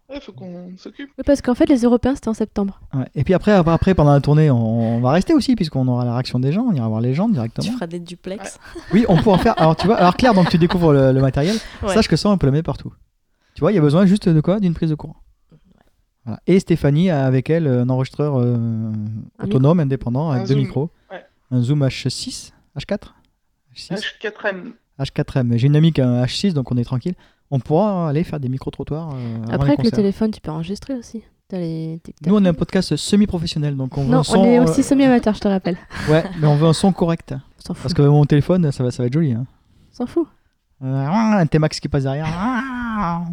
Ouais, faut qu'on s'occupe. Oui, parce qu'en fait, les Européens, c'était en septembre. Ouais. Et puis après, après, après, pendant la tournée, on, on va rester aussi, puisqu'on aura la réaction des gens, on ira voir les gens Tu directement. feras des duplex. Oui, on pourra faire. Alors, tu vois, alors Claire, donc tu découvres le, le matériel, Ouais. sache que ça, on peut le mettre partout. Tu vois, il y a besoin juste de quoi D'une prise de courant. Voilà. Et Stéphanie a avec elle un enregistreur euh, Un autonome, indépendant, avec Un deux zoom. micros. Ouais. Un Zoom H6, H4 Ah, H6 H4N. H4M. J'ai une amie qui a un H6, donc on est tranquille. On pourra aller faire des micro-trottoirs. euh, avant Après, les avec le concerts. téléphone, tu peux enregistrer aussi. T'as les tic-tac. Nous, on est un podcast semi-professionnel, donc on veut Non, un son. on est euh, aussi semi-amateur, je te rappelle. Ouais, mais on veut un son correct. On s'en fout. Parce que mon téléphone, ça va, ça va être joli. Hein. On s'en fout. Euh, un T-Max qui passe derrière. Ah.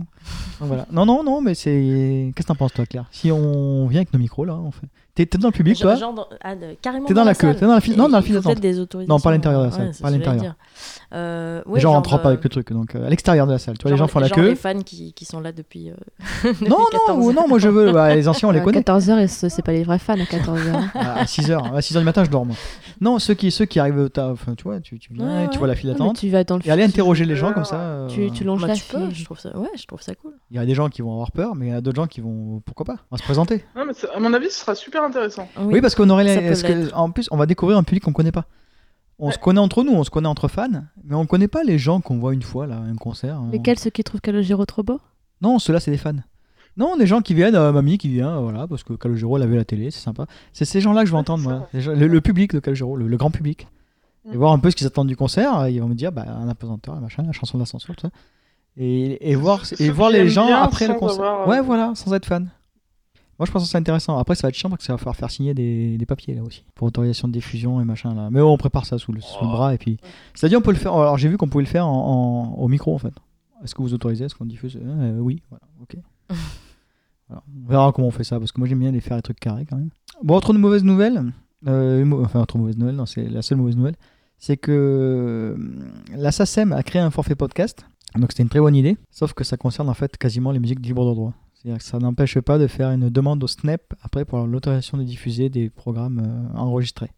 Donc voilà. Non, non, non, mais c'est. Qu'est-ce que t'en penses, toi, Claire Si on vient avec nos micros, là, on fait. T'es t'es dans le public, toi Genre- genre dans- ah, de- carrément T'es dans la queue, salle. t'es dans la file- Et non, dans la il file faut d'attente. peut-être des autorisations. Non, pas à l'intérieur de la salle, Ouais, c'est pas à ce que j'allais l'intérieur. dire. Euh, Les ouais, gens genre, rentrent pas euh, avec le truc, donc euh, à l'extérieur de la salle. Tu vois, les genre- gens font la genre queue. les fans qui, qui sont là depuis. euh, depuis Non, non, 14 ou- non, moi je veux. bah, les anciens, on les à connaît. Ah, 14h, c'est pas les vrais fans à 14h. à 6h. À 6h du matin, je dors, moi. Non, ceux qui, ceux qui arrivent au taf, enfin, tu vois, tu, tu viens, Ouais, tu ouais. vois la file mais d'attente. tu vas dans le Et aller fil- interroger les gens comme ça. euh, Tu, tu longes Bah, la tu peux, je file. trouve ça, ouais, je trouve ça cool. Il y a des gens qui vont avoir peur, mais il y en a d'autres gens qui vont. Pourquoi pas On va se présenter. Non, mais c'est- à mon avis, ce sera super intéressant. Oui, parce qu'on aurait. les- ça peut parce que, l'être. en plus, on va découvrir un public qu'on connaît pas. On se connaît entre nous, on se connaît entre fans, mais on connaît pas les gens qu'on voit une fois là, à un concert. On- Lesquels ceux qui trouvent Calogero trop beau Non, ceux-là, c'est des fans. Non, des gens qui viennent, euh, mamie qui vient, euh, voilà, parce que Calogero elle avait la télé, c'est sympa. C'est ces gens-là que je veux Ouais, entendre, c'est moi. ça. Les gens- le, le public de Calogero, le, le grand public. Et Mm. voir un peu ce qu'ils attendent du concert. Ils vont me dire, bah, un apesanteur, un machin, la chanson de l'ascenseur, tout ça. Et, et voir, ceux- et ceux voir qui les aiment gens bien après le sans concert. avoir, euh, Ouais, voilà, sans être fan. Moi, je pense que c'est intéressant. Après, ça va être chiant parce que ça va falloir faire signer des, des papiers là aussi. Pour autorisation de diffusion et machin là. Mais on prépare ça sous le, sous le bras. Et puis. C'est-à-dire, on peut le faire. Alors, j'ai vu qu'on pouvait le faire en- en- au micro en fait. Est-ce que vous autorisez Est-ce qu'on diffuse Euh, Oui, voilà, ok. Voilà. On verra comment on fait ça parce que moi, j'aime bien les faire les trucs carrés quand même. Bon, autre mauvaise nouvelle. euh, une mau- enfin, autre mauvaise nouvelle, non, c'est la seule mauvaise nouvelle. C'est que euh, la SACEM a créé un forfait podcast Donc c'était une très bonne idée, sauf que ça concerne en fait quasiment les musiques libres de droit. C'est-à-dire que ça n'empêche pas de faire une demande au SNEP après pour l'autorisation de diffuser des programmes euh, enregistrés.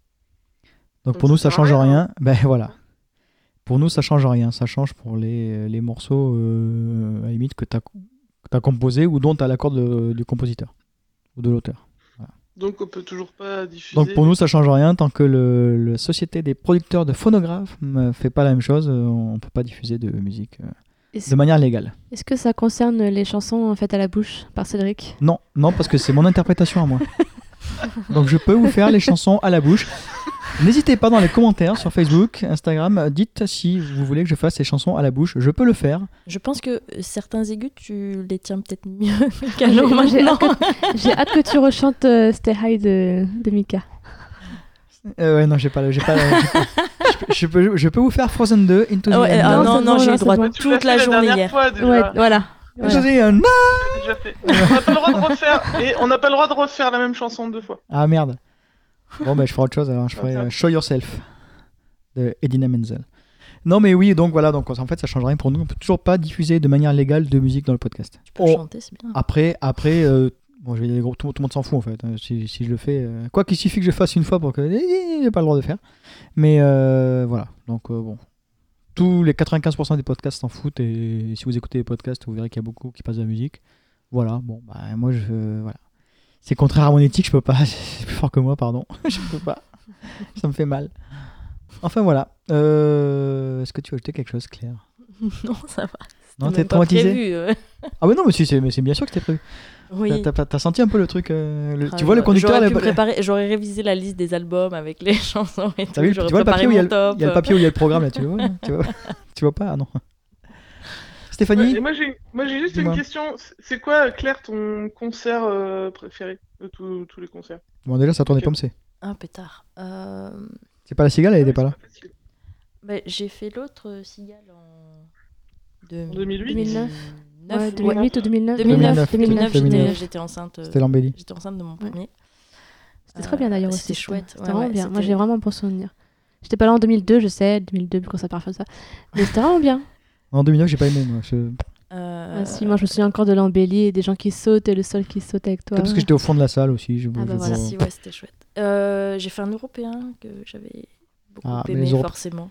Donc Donc pour nous ça ça sert à change rien. rien. Ben voilà. Pour nous ça change rien. Ça change pour les, les morceaux euh, à la limite que tu as, composé ou dont tu as l'accord de- du compositeur ou de l'auteur. Donc on peut toujours pas diffuser. Donc pour nous, ça change rien tant que le, la société des producteurs de phonographes ne fait pas la même chose. euh, On peut pas diffuser de musique euh, Est-ce de manière légale. est-ce que ça concerne les chansons faites à la bouche par Cédric Non, non, parce que c'est mon interprétation à moi. Donc je peux vous faire les chansons à la bouche. N'hésitez pas dans les commentaires sur Facebook, Instagram, euh, dites si vous voulez que je fasse les chansons à la bouche. Je peux le faire. Je pense que euh, certains aigus, tu les tiens peut-être mieux qu'à Moi, l'eau j'ai maintenant. J'ai hâte que tu rechantes euh, Stay High de, de Mika. Euh, ouais, non, j'ai pas, le- j'ai pas. j'ai pas- je, peux, je peux- je peux vous faire Frozen 2, Into the Ah ouais, ah Unknown. Non, non, c'est non, bon, j'ai non, eu c'est droit bon. Tu l'as toute fait la journée dernière hier. fois, déjà. Ouais, voilà. Into the Unknown. On l'a déjà fait. On n'a pas le droit de refaire. Et on n'a pas le droit de refaire la même chanson deux fois. Ah merde. Bon, ben je ferai autre chose alors. Je ferai Attends. euh, Show Yourself de Edina Menzel. Non, mais oui, donc voilà. Donc en fait, ça change rien pour nous. On peut toujours pas diffuser de manière légale de musique dans le podcast. Tu peux Oh. chanter, c'est bien. Après, après, euh, bon, je vais dire, gros, tout, tout le monde s'en fout en fait. hein, si, si je le fais, euh, quoi qu'il suffit que je fasse une fois pour que eh, j'ai pas le droit de faire. Mais euh, voilà. Donc euh, bon, tous les 95% des podcasts s'en foutent et, si vous écoutez les podcasts, vous verrez qu'il y a beaucoup qui passent de la musique. Voilà. Bon, bah moi je voilà. C'est contraire à mon éthique, je peux pas. C'est plus fort que moi, pardon. je peux pas. Ça me fait mal. Enfin voilà. Euh, Est-ce que tu veux ajouter quelque chose, Claire Non, ça va. Non, C'était t'es même pas traumatisé. prévu, euh. Ah mais non, mais si, c'est mais c'est bien sûr que t'es prévu. Oui. T'as- T'as t'as senti un peu le truc. euh, le- Ah, tu vois le j'aurais- conducteur. J'aurais là- pu préparer- j'aurais révisé la liste des albums avec les chansons et tout. T'as vu, tu J'aurais vois le préparé papier où il y, a mon le- top. il y a le papier où il y a le programme là, tu le vois, là tu vois, tu vois pas Ah non. Stéphanie Et moi, j'ai moi, j'ai juste Dis-moi. une question. C'est- C'est quoi, Claire, ton concert euh, préféré de tous tous les concerts Bon, déjà, ça tournait Ok. comme c'est. Ah, pétard. Euh, C'est pas la cigale, elle était pas là. C'est facile. bah, J'ai fait l'autre euh, cigale en. deux- 2008. 2009. 2009, Ouais, ouais. 2008 ou 2009 2009, 2009, 2009, j'étais- 2009. j'étais enceinte. euh, C'était l'embellie. J'étais enceinte de mon Ouais. premier. C'était très bien d'ailleurs Euh, aussi. c'était je chouette, trouve. C'était ouais, vraiment ouais, bien. Moi c'était- j'ai vraiment un bon souvenir. J'étais pas là en 2002, je sais, 2002 quand ça part comme ça. Mais c'était vraiment bien. En 2009, j'ai pas aimé moi. je- Peut-être Euh, Ah, si, moi je me souviens encore de l'embellie et des gens qui sautent et le sol qui saute avec toi. parce que j'étais au fond de la salle aussi. Je, bah je- bon. Ah voilà, Si, ouais, c'était chouette. Euh, j'ai fait un européen que j'avais beaucoup Ah, mais aimé, les Europé- forcément.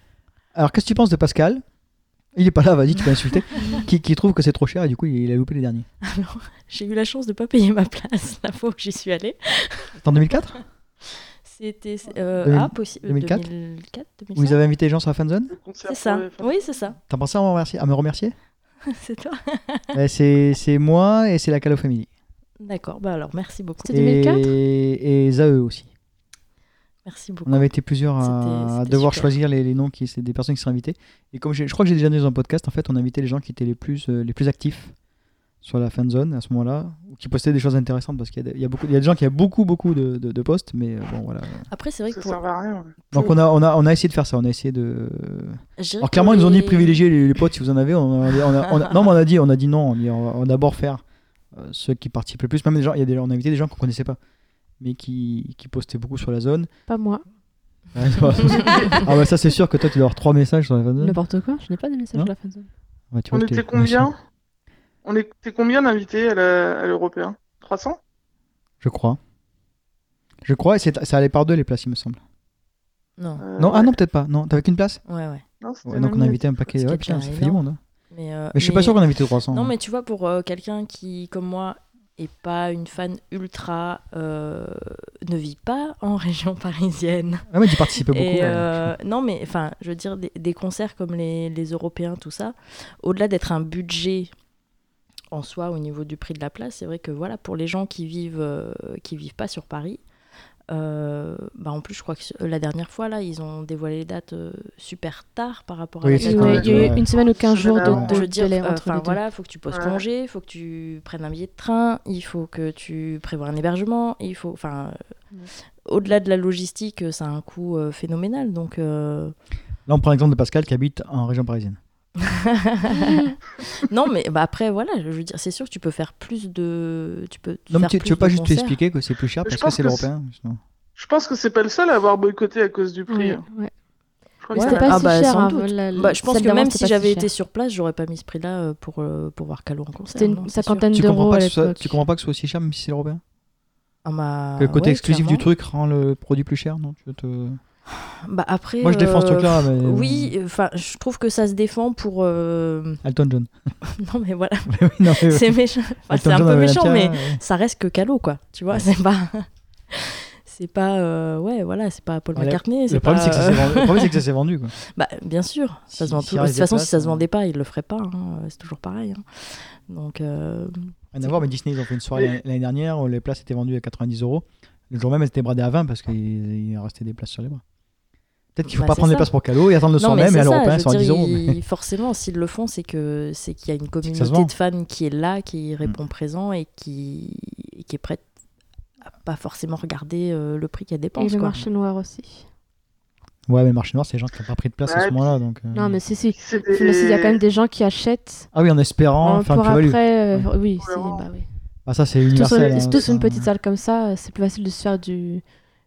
Alors, qu'est-ce que tu penses de Pascal Il est pas là, vas-y, tu peux insulter. qui, qui trouve que c'est trop cher et du coup, il a loupé les derniers. J'ai eu la chance de ne pas payer ma place la fois où j'y suis allée. C'était en 2004 C'était. euh, 2000- ah, possible. 2004? 2004 Vous 2005 avez invité les gens sur la fanzone Le concert C'est ça. pour les fans. Oui, c'est ça. T'as pensé à me remercier, à me remercier c'est toi. Eh, C'est c'est moi et c'est la Calo Family. D'accord, bah alors merci beaucoup. C'était 2004 Et, et Zae aussi. Merci beaucoup. On avait été plusieurs C'était- à, à c'était devoir super. choisir les, les noms qui, c'est des personnes qui seraient invitées. Et comme j'ai- je crois que j'ai déjà dit dans un podcast, en fait, on invitait les gens qui étaient les plus, euh, les plus actifs sur la fan zone à ce moment-là, ou qui postaient des choses intéressantes parce qu'il y a, des- il y a beaucoup, il y a des gens qui a beaucoup, beaucoup de, de, de posts, mais euh, bon voilà. Après, c'est vrai que Ça pour. sert à rien. ouais. Donc on a, on a, on a essayé de faire ça, on a essayé de. je dirais Alors que clairement, ils nous ont dit les- privilégier les, les potes si vous en avez. On a- on a- on a- non, mais on a dit, on a dit non. On, dit, on va, on va d'abord faire euh, ceux qui participent le plus. Même des gens, il y a des, on a invité des gens qu'on connaissait pas, mais qui, qui postaient beaucoup sur la zone. Pas moi. Ouais, ah bah ça c'est sûr que toi tu dois avoir trois messages sur la fanzone. N'importe quoi, je n'ai pas de message Non sur la fin zone. Ouais, tu vois, On j'étais- était combien On était combien d'invités à la- à l'européen 300 Je crois. Je crois et c'est- ça allait par deux les places il me semble. Non, Euh, non, ah ouais. non peut-être pas. Non, t'avais qu'une place ouais, ouais. Non, c'était Ouais, Donc on a même invité un paquet. C'est Ouais, quelqu'un putain, ça fait du énorme. monde. hein. Mais, euh, Mais je suis pas sûr qu'on a invité 300. Non, hein. mais tu vois, pour euh, quelqu'un qui, comme moi, est pas une fan ultra, euh, ne vit pas en région parisienne. Ah ouais, tu participais beaucoup. Et ouais. euh, non, mais enfin, je veux dire, des, des concerts comme les, les Européens, tout ça, au-delà d'être un budget en soi au niveau du prix de la place, c'est vrai que voilà, pour les gens qui vivent, euh, qui vivent pas sur Paris, euh, bah en plus, je crois que ce- la dernière fois, là, ils ont dévoilé les dates euh, super tard par rapport à Oui, la c'est Il date y quand de- même- a eu ouais. une semaine ou 15 jours Ouais. de, je de veux dire, délai euh, entre enfin les deux. voilà, faut que tu poses Ouais. congé, faut que tu prennes un billet de train, il faut que tu prévois un hébergement, il faut, enfin, euh, Ouais. au-delà de la logistique, euh, ça a un coût euh, phénoménal. Donc, euh, Là on prend l'exemple de Pascal qui habite en région parisienne. non, mais bah, après voilà, je veux dire, c'est sûr que tu peux faire plus de, tu peux. Non mais faire tu, plus tu veux pas de juste concerts. t'expliquer que c'est plus cher Je parce que pense c'est que l'européen. sinon. Je pense que c'est pas le seul à avoir boycotté à cause du prix. Ouais, hein. ouais. Je crois Mais Ouais. c'était que- pas Ah si bah, cher. sans hein, doute. la- la- Bah, je pense celle que d'avant, même c'était si pas j'avais si été cher. sur place, j'aurais pas mis ce prix-là euh, pour, euh, pour voir Calo en concert. C'était non, une c'est sûr. cinquantaine Tu comprends d'euros pas à que ce, soit, l'époque. tu comprends pas que ce soit aussi cher, même si c'est européen Ah bah, Que le côté ouais, exclusif du clairement. truc rend le produit plus cher, non tu te... Bah, après, Moi, je défends ce euh, truc-là, mais. Oui, enfin, je trouve que ça se défend pour. euh, Alton John. Non, mais voilà, Oui, non, mais- c'est méchant. Enfin, Elton c'est un John peu avait la méchant, pierre, mais ouais. ça reste que Calo, quoi. Tu vois, c'est pas. C'est pas. euh, Ouais, voilà, c'est pas Paul Ouais, McCartney. Le problème, pas, euh, c'est que ça s'est vendu- le problème, c'est que ça s'est vendu. quoi. Bah, bien sûr, ça Si- se vend s'il toujours. De reste toute des façon, places, si ça se euh. vendait pas, il le ferait pas. hein, C'est toujours pareil. hein. Donc, euh, Rien à voir, mais Disney, ils ont fait une soirée Mais- l'année dernière où les places étaient vendues à 90 euros. Le jour même, elles étaient bradées à 20 parce qu'il il restait des places sur les bras. Peut-être qu'il ne faut Bah, pas c'est prendre des ça. places pour Calo et attendre le soir non, mais même et c'est à ça. l'européen, Je sur veux 10 dire, euros. mais- ils- forcément, s'ils le font, c'est que c'est qu'il y a une que ça se communauté vend. Mm. de fans qui est là, qui répond présent et qui et qui est prête à pas forcément regarder euh, le prix qu'elle Et dépense. le quoi. marché noir aussi. oh, Ouais, mais le marché noir, c'est les gens qui n'ont pas pris de place à Ouais, ce puis- moment-là. donc, euh, Non, mais si, si. C'est Mais des- si, il y a quand même des gens qui achètent Ah oui, en espérant euh, faire pour une plus-value. après. euh, oui, Ouais, c'est vraiment. bah oui. Ah, ça, c'est Surtout sur- universel. hein, surtout ça. sur une petite salle comme ça, euh, c'est plus facile de se faire du...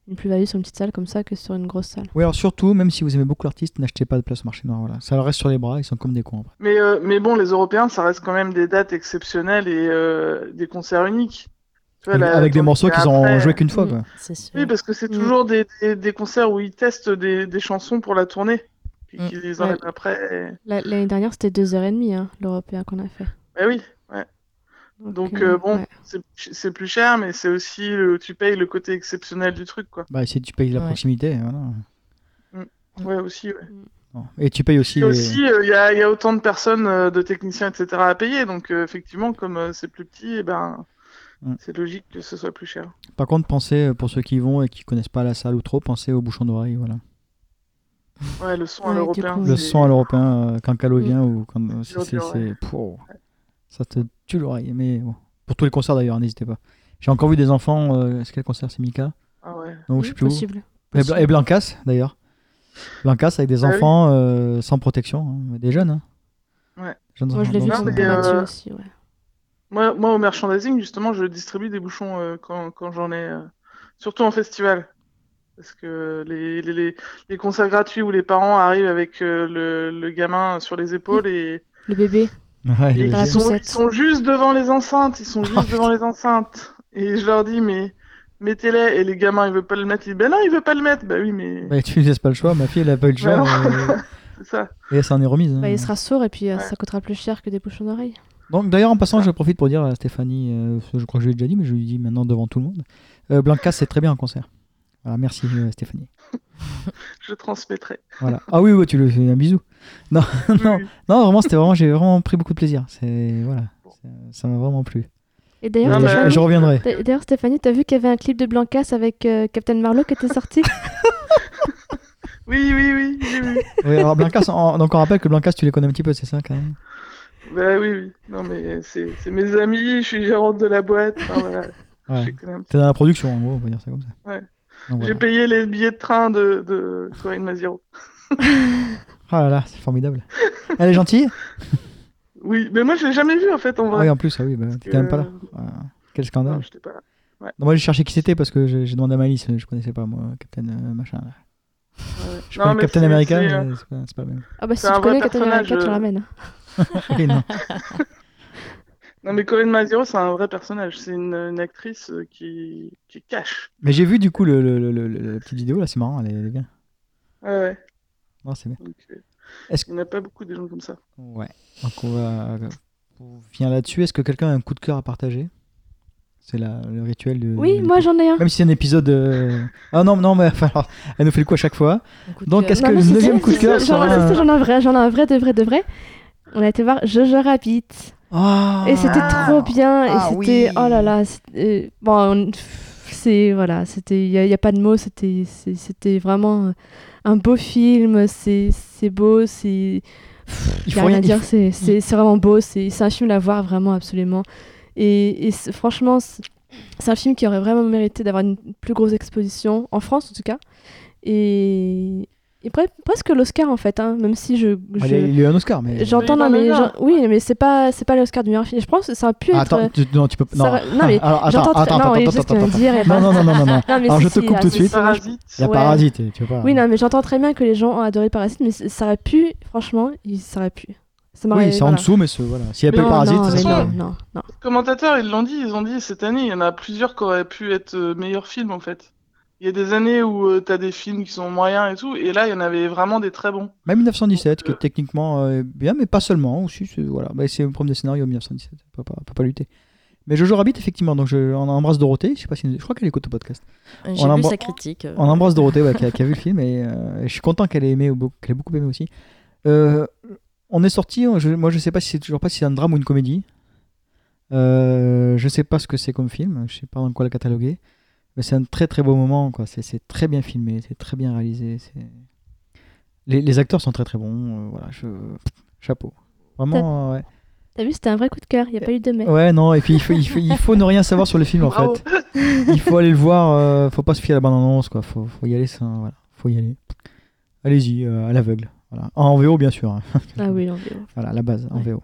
une plus-value sur une petite salle comme ça que sur une grosse salle. Oui, alors surtout, même si vous aimez beaucoup l'artiste, n'achetez pas de place au marché noir. Voilà. Ça leur reste sur les bras, ils sont comme des cons après. Mais, euh, mais bon, les Européens, ça reste quand même des dates exceptionnelles et euh, des concerts uniques. Tu vois, Avec- bah, la- Avec des tandis morceaux qu'ils qu'après- ont joué qu'une fois. Mm. quoi. C'est sûr. Eh ben, Oui, parce que c'est Mm. toujours des, des, des concerts où ils testent des, des chansons pour la tournée, puis Mm. qu'ils les enlèvent Ouais. après. et- La- L'année dernière, c'était 2h30, hein, l'européen qu'on a fait. Bah oui, donc euh, euh, bon, ouais. c'est- c'est plus cher, mais c'est aussi le, tu payes le côté exceptionnel du truc, quoi. Bah, si tu payes la Ouais. proximité. voilà. Mm. Ouais, aussi. ouais. Bon. Et tu payes aussi. euh, Et les- aussi, euh, il y, a, y a autant de personnes, euh, de techniciens, etc. à payer, donc euh, effectivement, comme euh, c'est plus petit, eh ben, Mm. c'est logique que ce soit plus cher. Par contre, pensez, euh, pour ceux qui y vont et qui connaissent pas la salle ou trop, pensez au bouchon d'oreille. Voilà. Ouais, le son Ouais, à du l'européen. coup, Le c'est- son à l'européen, euh, quand Calo Mm. vient ou quand. euh, Toujours c'est- dur, c'est- Pouh. ça te tue l'oreille. Mais bon. Pour tous les concerts d'ailleurs, n'hésitez pas. J'ai encore vu des enfants. euh, c'est quel concert C'est Mika Ah ouais. Non, je Oui, sais plus où. possible. Et, Bla- et Blancas d'ailleurs. Blancas avec des Ah oui. enfants euh, sans protection, hein, mais des jeunes. hein. Ouais. Jeunes Moi, je enfants, l'ai vu donc Non, sur c'est- mais, euh, Mathieu aussi. Ouais. Moi, moi, au merchandising, justement, je distribue des bouchons euh, quand, quand j'en ai, euh, surtout en festival. Parce que les, les, les, les concerts gratuits où les parents arrivent avec euh, le, le gamin sur les Mm. épaules et, Le bébé. Ouais, et je- Dans la ils, sont, poussette. ils sont juste devant les enceintes, ils sont juste devant les enceintes. Et je leur dis, mais mettez-les. Et les gamins, ils veulent pas le mettre. Ils disent, ben non, il veut pas le mettre. Bah oui, mais Bah, tu ne laisses pas le choix, ma fille elle a pas eu le choix. euh, c'est ça. et elle s'en est remise. hein. Bah, il sera sourd et puis euh, Ouais. ça coûtera plus cher que des bouchons d'oreille. Donc d'ailleurs en passant je profite pour dire à Stéphanie, euh, parce que je crois que je l'ai déjà dit mais je lui dis maintenant devant tout le monde, euh, Blanca c'est très bien en concert. Voilà, merci euh, Stéphanie. Je transmettrai. Voilà. Ah oui, oui, tu lui fais un bisou. Non, non, Oui. non vraiment c'était vraiment j'ai vraiment pris beaucoup de plaisir. C'est voilà, C'est- ça m'a vraiment plu. Et Et d'ailleurs, Non, je, mais- je reviendrai. t'as- d'ailleurs, Stéphanie, t'as vu qu'il y avait un clip de Blancas avec euh, Captain Marlowe qui était sorti Oui, oui, oui, j'ai vu. Oui, alors Blanca, en- donc on rappelle que Blanca tu les connais un petit peu, c'est ça quand même. Bah oui, oui. Non, mais c'est c'est mes amis, je suis gérante de la boîte. Enfin, voilà. Je Ouais. les connais un petit T'es dans la production en gros, on peut dire ça comme ça. Ouais. Donc, voilà. J'ai payé les billets de train de, de Corinne Maziro. Ah là là, c'est formidable. Elle est gentille Oui, mais moi je l'ai jamais vu en fait en Ah vrai. Oui en plus, ah oui, bah, t'étais même pas là. Ah Voilà. Quel scandale. Non, j'étais pas là. Non, moi j'ai cherché qui c'était parce que j'ai j'ai demandé à Malice, je connaissais pas moi, Captain euh, machin. Là. Ouais. Je Non, connais mais Captain c'est- America, c'est, euh, mais c'est pas, c'est pas le même. Ah bah si C'est tu un vrai connais Captain America, personnage, tu hein. euh. ramènes. Oui, non. Non, mais Corinne Maziro, c'est un vrai personnage. C'est une, une actrice euh, qui, qui cache. Mais j'ai vu du coup le, le- le- le- le- la petite vidéo là, c'est marrant, elle est, elle est bien. Ouais, ouais. Non, c'est bien. Donc, euh, Est-ce- Il n'y en a pas beaucoup des gens comme ça. Ouais. Donc on va. On vient là-dessus. Est-ce que quelqu'un a un coup de cœur à partager C'est la- le rituel de. Oui, de- moi j'en ai un. Même si c'est un épisode. euh, Ah non, non, mais enfin, alors, elle nous fait le coup à chaque fois. Un coup de Donc, cœur. est-ce Non, que mais le c'est neuvième vrai, coup de c'est cœur vrai, J'en sera ai- un- si, j'en ai un vrai, j'en ai un vrai, de vrai, de vrai. On a été voir Jojo Rabbit. Ah Et c'était trop bien. Et Ah c'était. oui. Oh là là. c'était- euh, Bon, on- pff, c'est. Voilà. C'était. Il n'y a, y a pas de mots. C'était. c'est- C'était vraiment euh, un beau film. C'est. C'est beau. C'est. Il Il n'y faut a rien rien- à il dire. faut- C'est. C'est c'est vraiment beau. C'est. C'est un film à voir vraiment absolument. Et, et c'est- franchement, c'est c'est un film qui aurait vraiment mérité d'avoir une plus grosse exposition en France en tout cas. Et. Et pre- presque l'Oscar en fait, hein, même si je. Ah, Il a- je- il a eu un Oscar, mais. J'entends, Il a non, eu mais. un Oscar. j'en- Oui, mais c'est pas, c'est pas l'Oscar du meilleur film. Je pense que ça a pu Ah, être. euh, attends, tu- non, tu peux. ça Non, va- non, mais Alors, j'entends attends, très- attends, non, attends, il y a attends, juste qu'il y a attends, à attends. dire, et Non, non, non, non, non, non. Non, mais Alors, si, je te si, coupe ah, tout de si, suite. ça va, je- Parasite. La Ouais. parasite, tu vois. Oui, non, mais j'entends très bien que les gens ont adoré Parasite, mais c- ça aurait pu, franchement, il- ça aurait pu. Ça Oui, m'aurait- c'est en voilà. dessous, mais ce, voilà. S'il n'y a pas Mais eu Non, parasite, non, ça mais se non, fait. non, non. Les commentateurs, ils l'ont dit, ils ont dit cette année, il y en a plusieurs qui auraient pu être euh, meilleurs films en fait. Il y a des années où euh, t'as des films qui sont moyens et tout, et là il y en avait vraiment des très bons. Même 1917, qui est techniquement euh, bien, mais pas seulement. Aussi, c'est- voilà. Bah, c'est le premier scénario 1917. On peut pas, on peut pas lutter. Mais Jojo Rabbit, effectivement, donc je, on embrasse Dorothée. Je, sais pas si, je crois qu'elle écoute le podcast. J'ai On vu embra- sa critique. euh, On embrasse Dorothée ouais, qui, a, qui a vu le film et euh, je suis content qu'elle ait aimé, ou beau- qu'elle ait beaucoup aimé aussi. Euh, on est sorti, on- je- moi je sais pas si c'est toujours pas si c'est un drame ou une comédie. Euh, je sais pas ce que c'est comme film, je sais pas dans quoi le cataloguer, mais c'est un très très beau moment quoi. C'est, c'est très bien filmé, c'est très bien réalisé. c'est- Les, les acteurs sont très très bons, euh, voilà, je... chapeau. Vraiment, euh, ouais. T'as vu, c'était un vrai coup de cœur, il n'y a pas eu de mais. Ouais, non, et puis il faut, il faut, il faut ne rien savoir sur le film en fait Bravo. il faut aller le voir, euh, faut pas se fier à la bande-annonce, quoi. Faut, faut y aller, ça, voilà. Faut y aller. Allez-y, euh, à l'aveugle. Voilà. En VO, bien sûr. hein. Ah oui, non, mais bon. Voilà, la base, en Ouais. VO.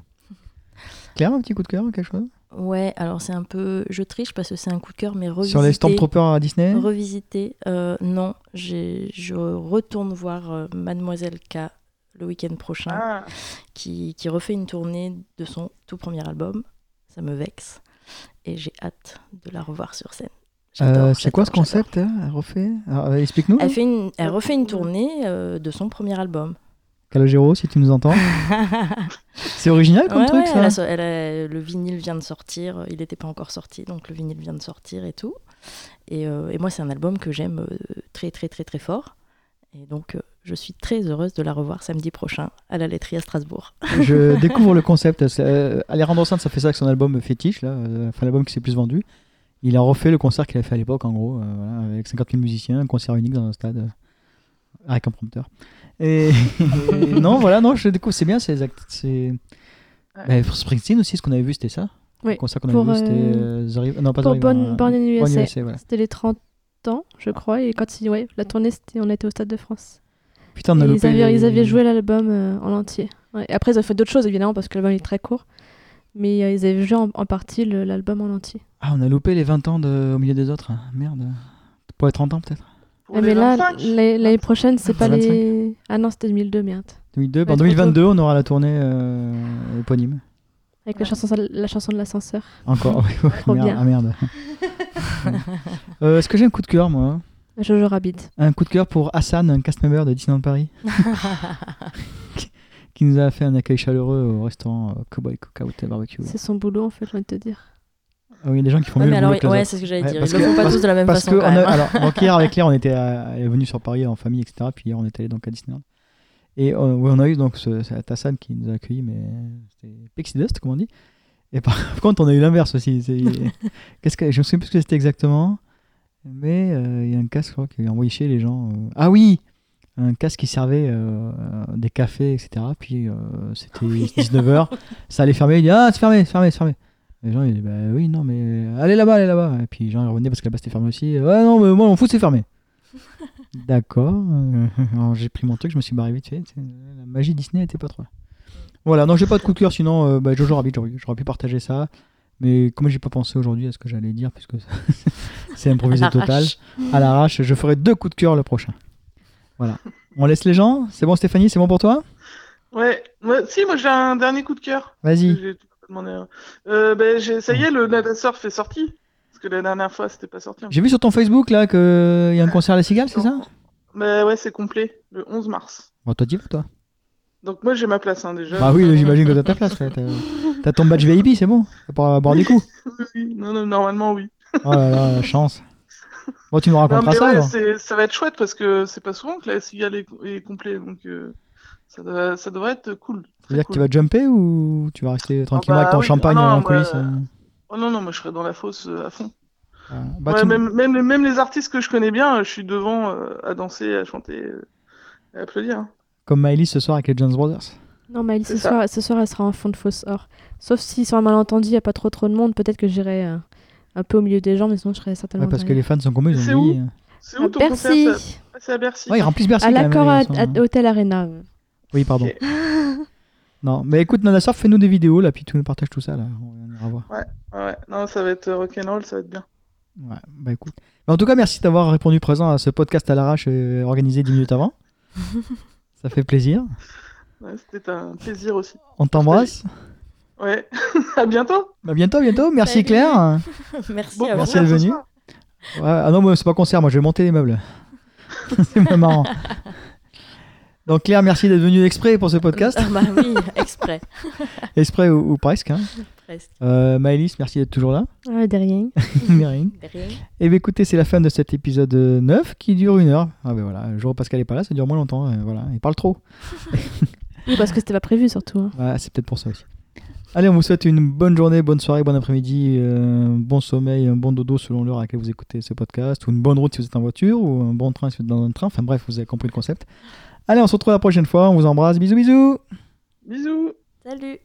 Claire, un petit coup de cœur, quelque chose Ouais, alors c'est un peu. Je triche parce que c'est un coup de cœur, mais revisité. Sur les Stormtroopers à Disney Revisité. euh, non, j'ai- je retourne voir euh, Mademoiselle K le week-end prochain, Ah, qui, qui refait une tournée de son tout premier album. Ça me vexe. Et j'ai hâte de la revoir sur scène. J'adore, Euh, C'est quoi ce j'adore, j'adore. concept hein, elle refait Alors, euh, Explique-nous. elle, fait une- elle refait une tournée euh, de son premier album. Calogero, si tu nous entends. C'est original comme Ouais, truc, ouais, ça elle a so- elle a- le vinyle vient de sortir, euh, il n'était pas encore sorti, donc le vinyle vient de sortir et tout. Et, euh, et moi, c'est un album que j'aime euh, très, très, très, très fort. Et donc, euh, je suis très heureuse de la revoir samedi prochain à la laiterie à Strasbourg. Je découvre le concept. C'est, Euh, Alejandro Sanz a fait ça avec son album Fétiche, là, euh, enfin l'album qui s'est plus vendu. Il a refait le concert qu'il a fait à l'époque, en gros, euh, voilà, avec 50 000 musiciens, un concert unique dans un stade, euh, avec un prompteur. Et, et non, voilà, non, je découvre, c'est bien, c'est. exact- c'est- Ouais. Bah, pour Springsteen aussi, ce qu'on avait vu, c'était ça. Oui, Le concert qu'on pour, avait vu, c'était. euh, euh, The Riv- non, pas The pour River, Born- euh, Born in USA. voilà. C'était les 30 ans, je crois, et quand ils... ouais, la tournée, c'était... on était au Stade de France. Putain, on a Et ils, loupé avaient, les- ils avaient joué l'album euh, en entier. Ouais. Et après, ils ont fait d'autres choses, évidemment, parce que l'album est très court. Mais euh, ils avaient joué en, en partie le- l'album en entier. Ah, on a loupé les 20 ans de... au milieu des autres. hein. Merde. Pour les 30 ans, peut-être pour Ah, les mais là, 25. l'année l'année prochaine, c'est pas 25. les. Ah non, c'était 2002, merde. 2002. Ouais, en trop tôt. 2022, on aura la tournée euh, éponyme. Avec la, chanson, la chanson de l'ascenseur. Encore, oui, oui, Trop merde, bien. ah merde. Euh, Est-ce que j'ai un coup de cœur, moi Jojo Rabbit. Un coup de cœur pour Hassan, un cast member de Disneyland Paris, qui nous a fait un accueil chaleureux au restaurant euh, Cowboy Cookout et Barbecue. C'est son boulot, en fait, j'ai envie de te dire. Ah oui, il y a des gens qui font Ouais, mieux mais le alors, boulot que les ouais, autres. c'est ce que j'allais Ouais, dire. parce Ils le font que- pas parce- tous de la même Parce façon. que, Quand on même, a- hein. alors, donc hier avec Claire, on était à- elle est venue sur Paris en famille, etc. Puis hier, on est allé donc à Disneyland. Et euh, ouais, on a eu donc ce, cet Hassan qui nous a accueillis, mais c'était Pixie Dust, comme on dit. Et par contre, on a eu l'inverse aussi. c'est- Qu'est-ce que... Je me souviens plus ce que c'était exactement, mais euh, il y a un casque, je crois, qui a envoyé chez les gens. euh, Ah oui un casque qui servait euh, euh, des cafés, etc. Puis euh, Ah c'était 19h, ça allait fermer. Il dit Ah, c'est fermé, c'est fermé, c'est fermé. Les gens, ils disaient, bah oui, non, mais allez là-bas, allez là-bas. Et puis les gens, ils revenaient parce que là-bas, c'était fermé aussi. Ouais, non, mais moi, on fout, c'est fermé. D'accord. euh, alors, j'ai pris mon truc, je me suis barré vite fait. tu sais, La magie Disney était pas trop là. Voilà, non, j'ai pas de coup de cœur, sinon, euh, bah, Jojo Rabbit, j'aurais j'aurais pu partager ça. Mais comme j'ai pas pensé aujourd'hui à ce que j'allais dire, puisque c'est improvisé À total, l'arrache. à l'arrache, je ferai deux coups de cœur le prochain. Voilà. On laisse les gens C'est bon, Stéphanie, c'est bon pour toi Ouais, ouais, si, moi j'ai un dernier coup de cœur. Vas-y. J'ai tout demandé, hein. Euh, ben, j'ai- ça y est, le Nada Surf est sorti. Parce que la dernière fois, c'était pas sorti. J'ai vu sur ton Facebook, là, qu'il y a un concert à la cigale, c'est ça Mais Ben, ouais, c'est complet, le 11 mars. Bon, toi, dis toi. Donc moi j'ai ma place hein, déjà. Bah oui, j'imagine que t'as ta place. T'as, t'as- t'as ton badge VIP, c'est bon. T'as pas boire des coups. Oui, non, non, normalement oui. Oh là là, la chance. Bon, tu nous Non, raconteras mais ça ouais, Ah, alors. c'est- ça va être chouette parce que c'est pas souvent que la cigale est, est complet, donc euh, ça, doit- ça devrait être cool. très C'est-à-dire que cool. tu vas jumper ou tu vas rester tranquillement bah avec ton oui, champagne non, en bah, coulisses euh, Oh non, non, moi je serai dans la fosse euh, à fond. euh, bah, Ouais, tu- même, même, les- même les artistes que je connais bien, euh, je suis devant euh, à danser, à chanter, euh, à applaudir. hein. Comme Miley ce soir avec les Jones Brothers. Non, Maëlie, C'est ce ça. soir, ce soir, elle sera en fond de fausse or. Sauf si sur un malentendu, il n'y a pas trop trop de monde, peut-être que j'irai euh, un peu au milieu des gens, mais sinon, je serai certainement. Ouais, parce que derrière. les fans sont combien ils C'est ont où dit, euh, C'est À où ton concert Bercy, ça Ah, C'est à Bercy. Ouais, ils remplissent Bercy. à quand même, l'accord les à- garçons, à- hein. Hôtel Arena. ouais. Oui, pardon. Ok. Non, mais écoute, Nana Surf, fais-nous des vidéos, là, puis tu nous partages tout ça, là. On ira voir. Ah Ouais, ouais. Non, ça va être euh, rock'n'roll, ça va être bien. Ouais, bah écoute. Mais en tout cas, merci d'avoir répondu présent à ce podcast à l'arrache euh, organisé 10 minutes avant. ça fait plaisir. Ouais, C'était un plaisir aussi. On t'embrasse. Ouais, à bientôt. Bah, bientôt, bientôt. Merci Salut. Claire. Merci Bon à vous. Merci concert d'être ce venu. soir. Ouais, ah non, moi, c'est pas concert, moi je vais monter les meubles. c'est pas marrant. Donc Claire, merci d'être venue exprès pour ce podcast. Ah bah oui, exprès, Exprès ou, ou presque. Hein. presque. Euh, Maëlys, merci d'être toujours là. Ah, de rien. Mérine. Rien. Et bien écoutez, c'est la fin de cet épisode 9 qui dure une heure. Ah ben voilà, le jour où Pascal est pas là, ça dure moins longtemps. euh, voilà, il parle trop. Oui, parce que c'était pas prévu surtout. hein. Ouais, c'est peut-être pour ça aussi. Allez, on vous souhaite une bonne journée, bonne soirée, bon après-midi, euh, bon sommeil, un bon dodo selon l'heure à laquelle vous écoutez ce podcast, ou une bonne route si vous êtes en voiture, ou un bon train si vous êtes dans un train. Enfin bref, vous avez compris le concept. Allez, on se retrouve la prochaine fois. On vous embrasse. Bisous, bisous. Bisous. Salut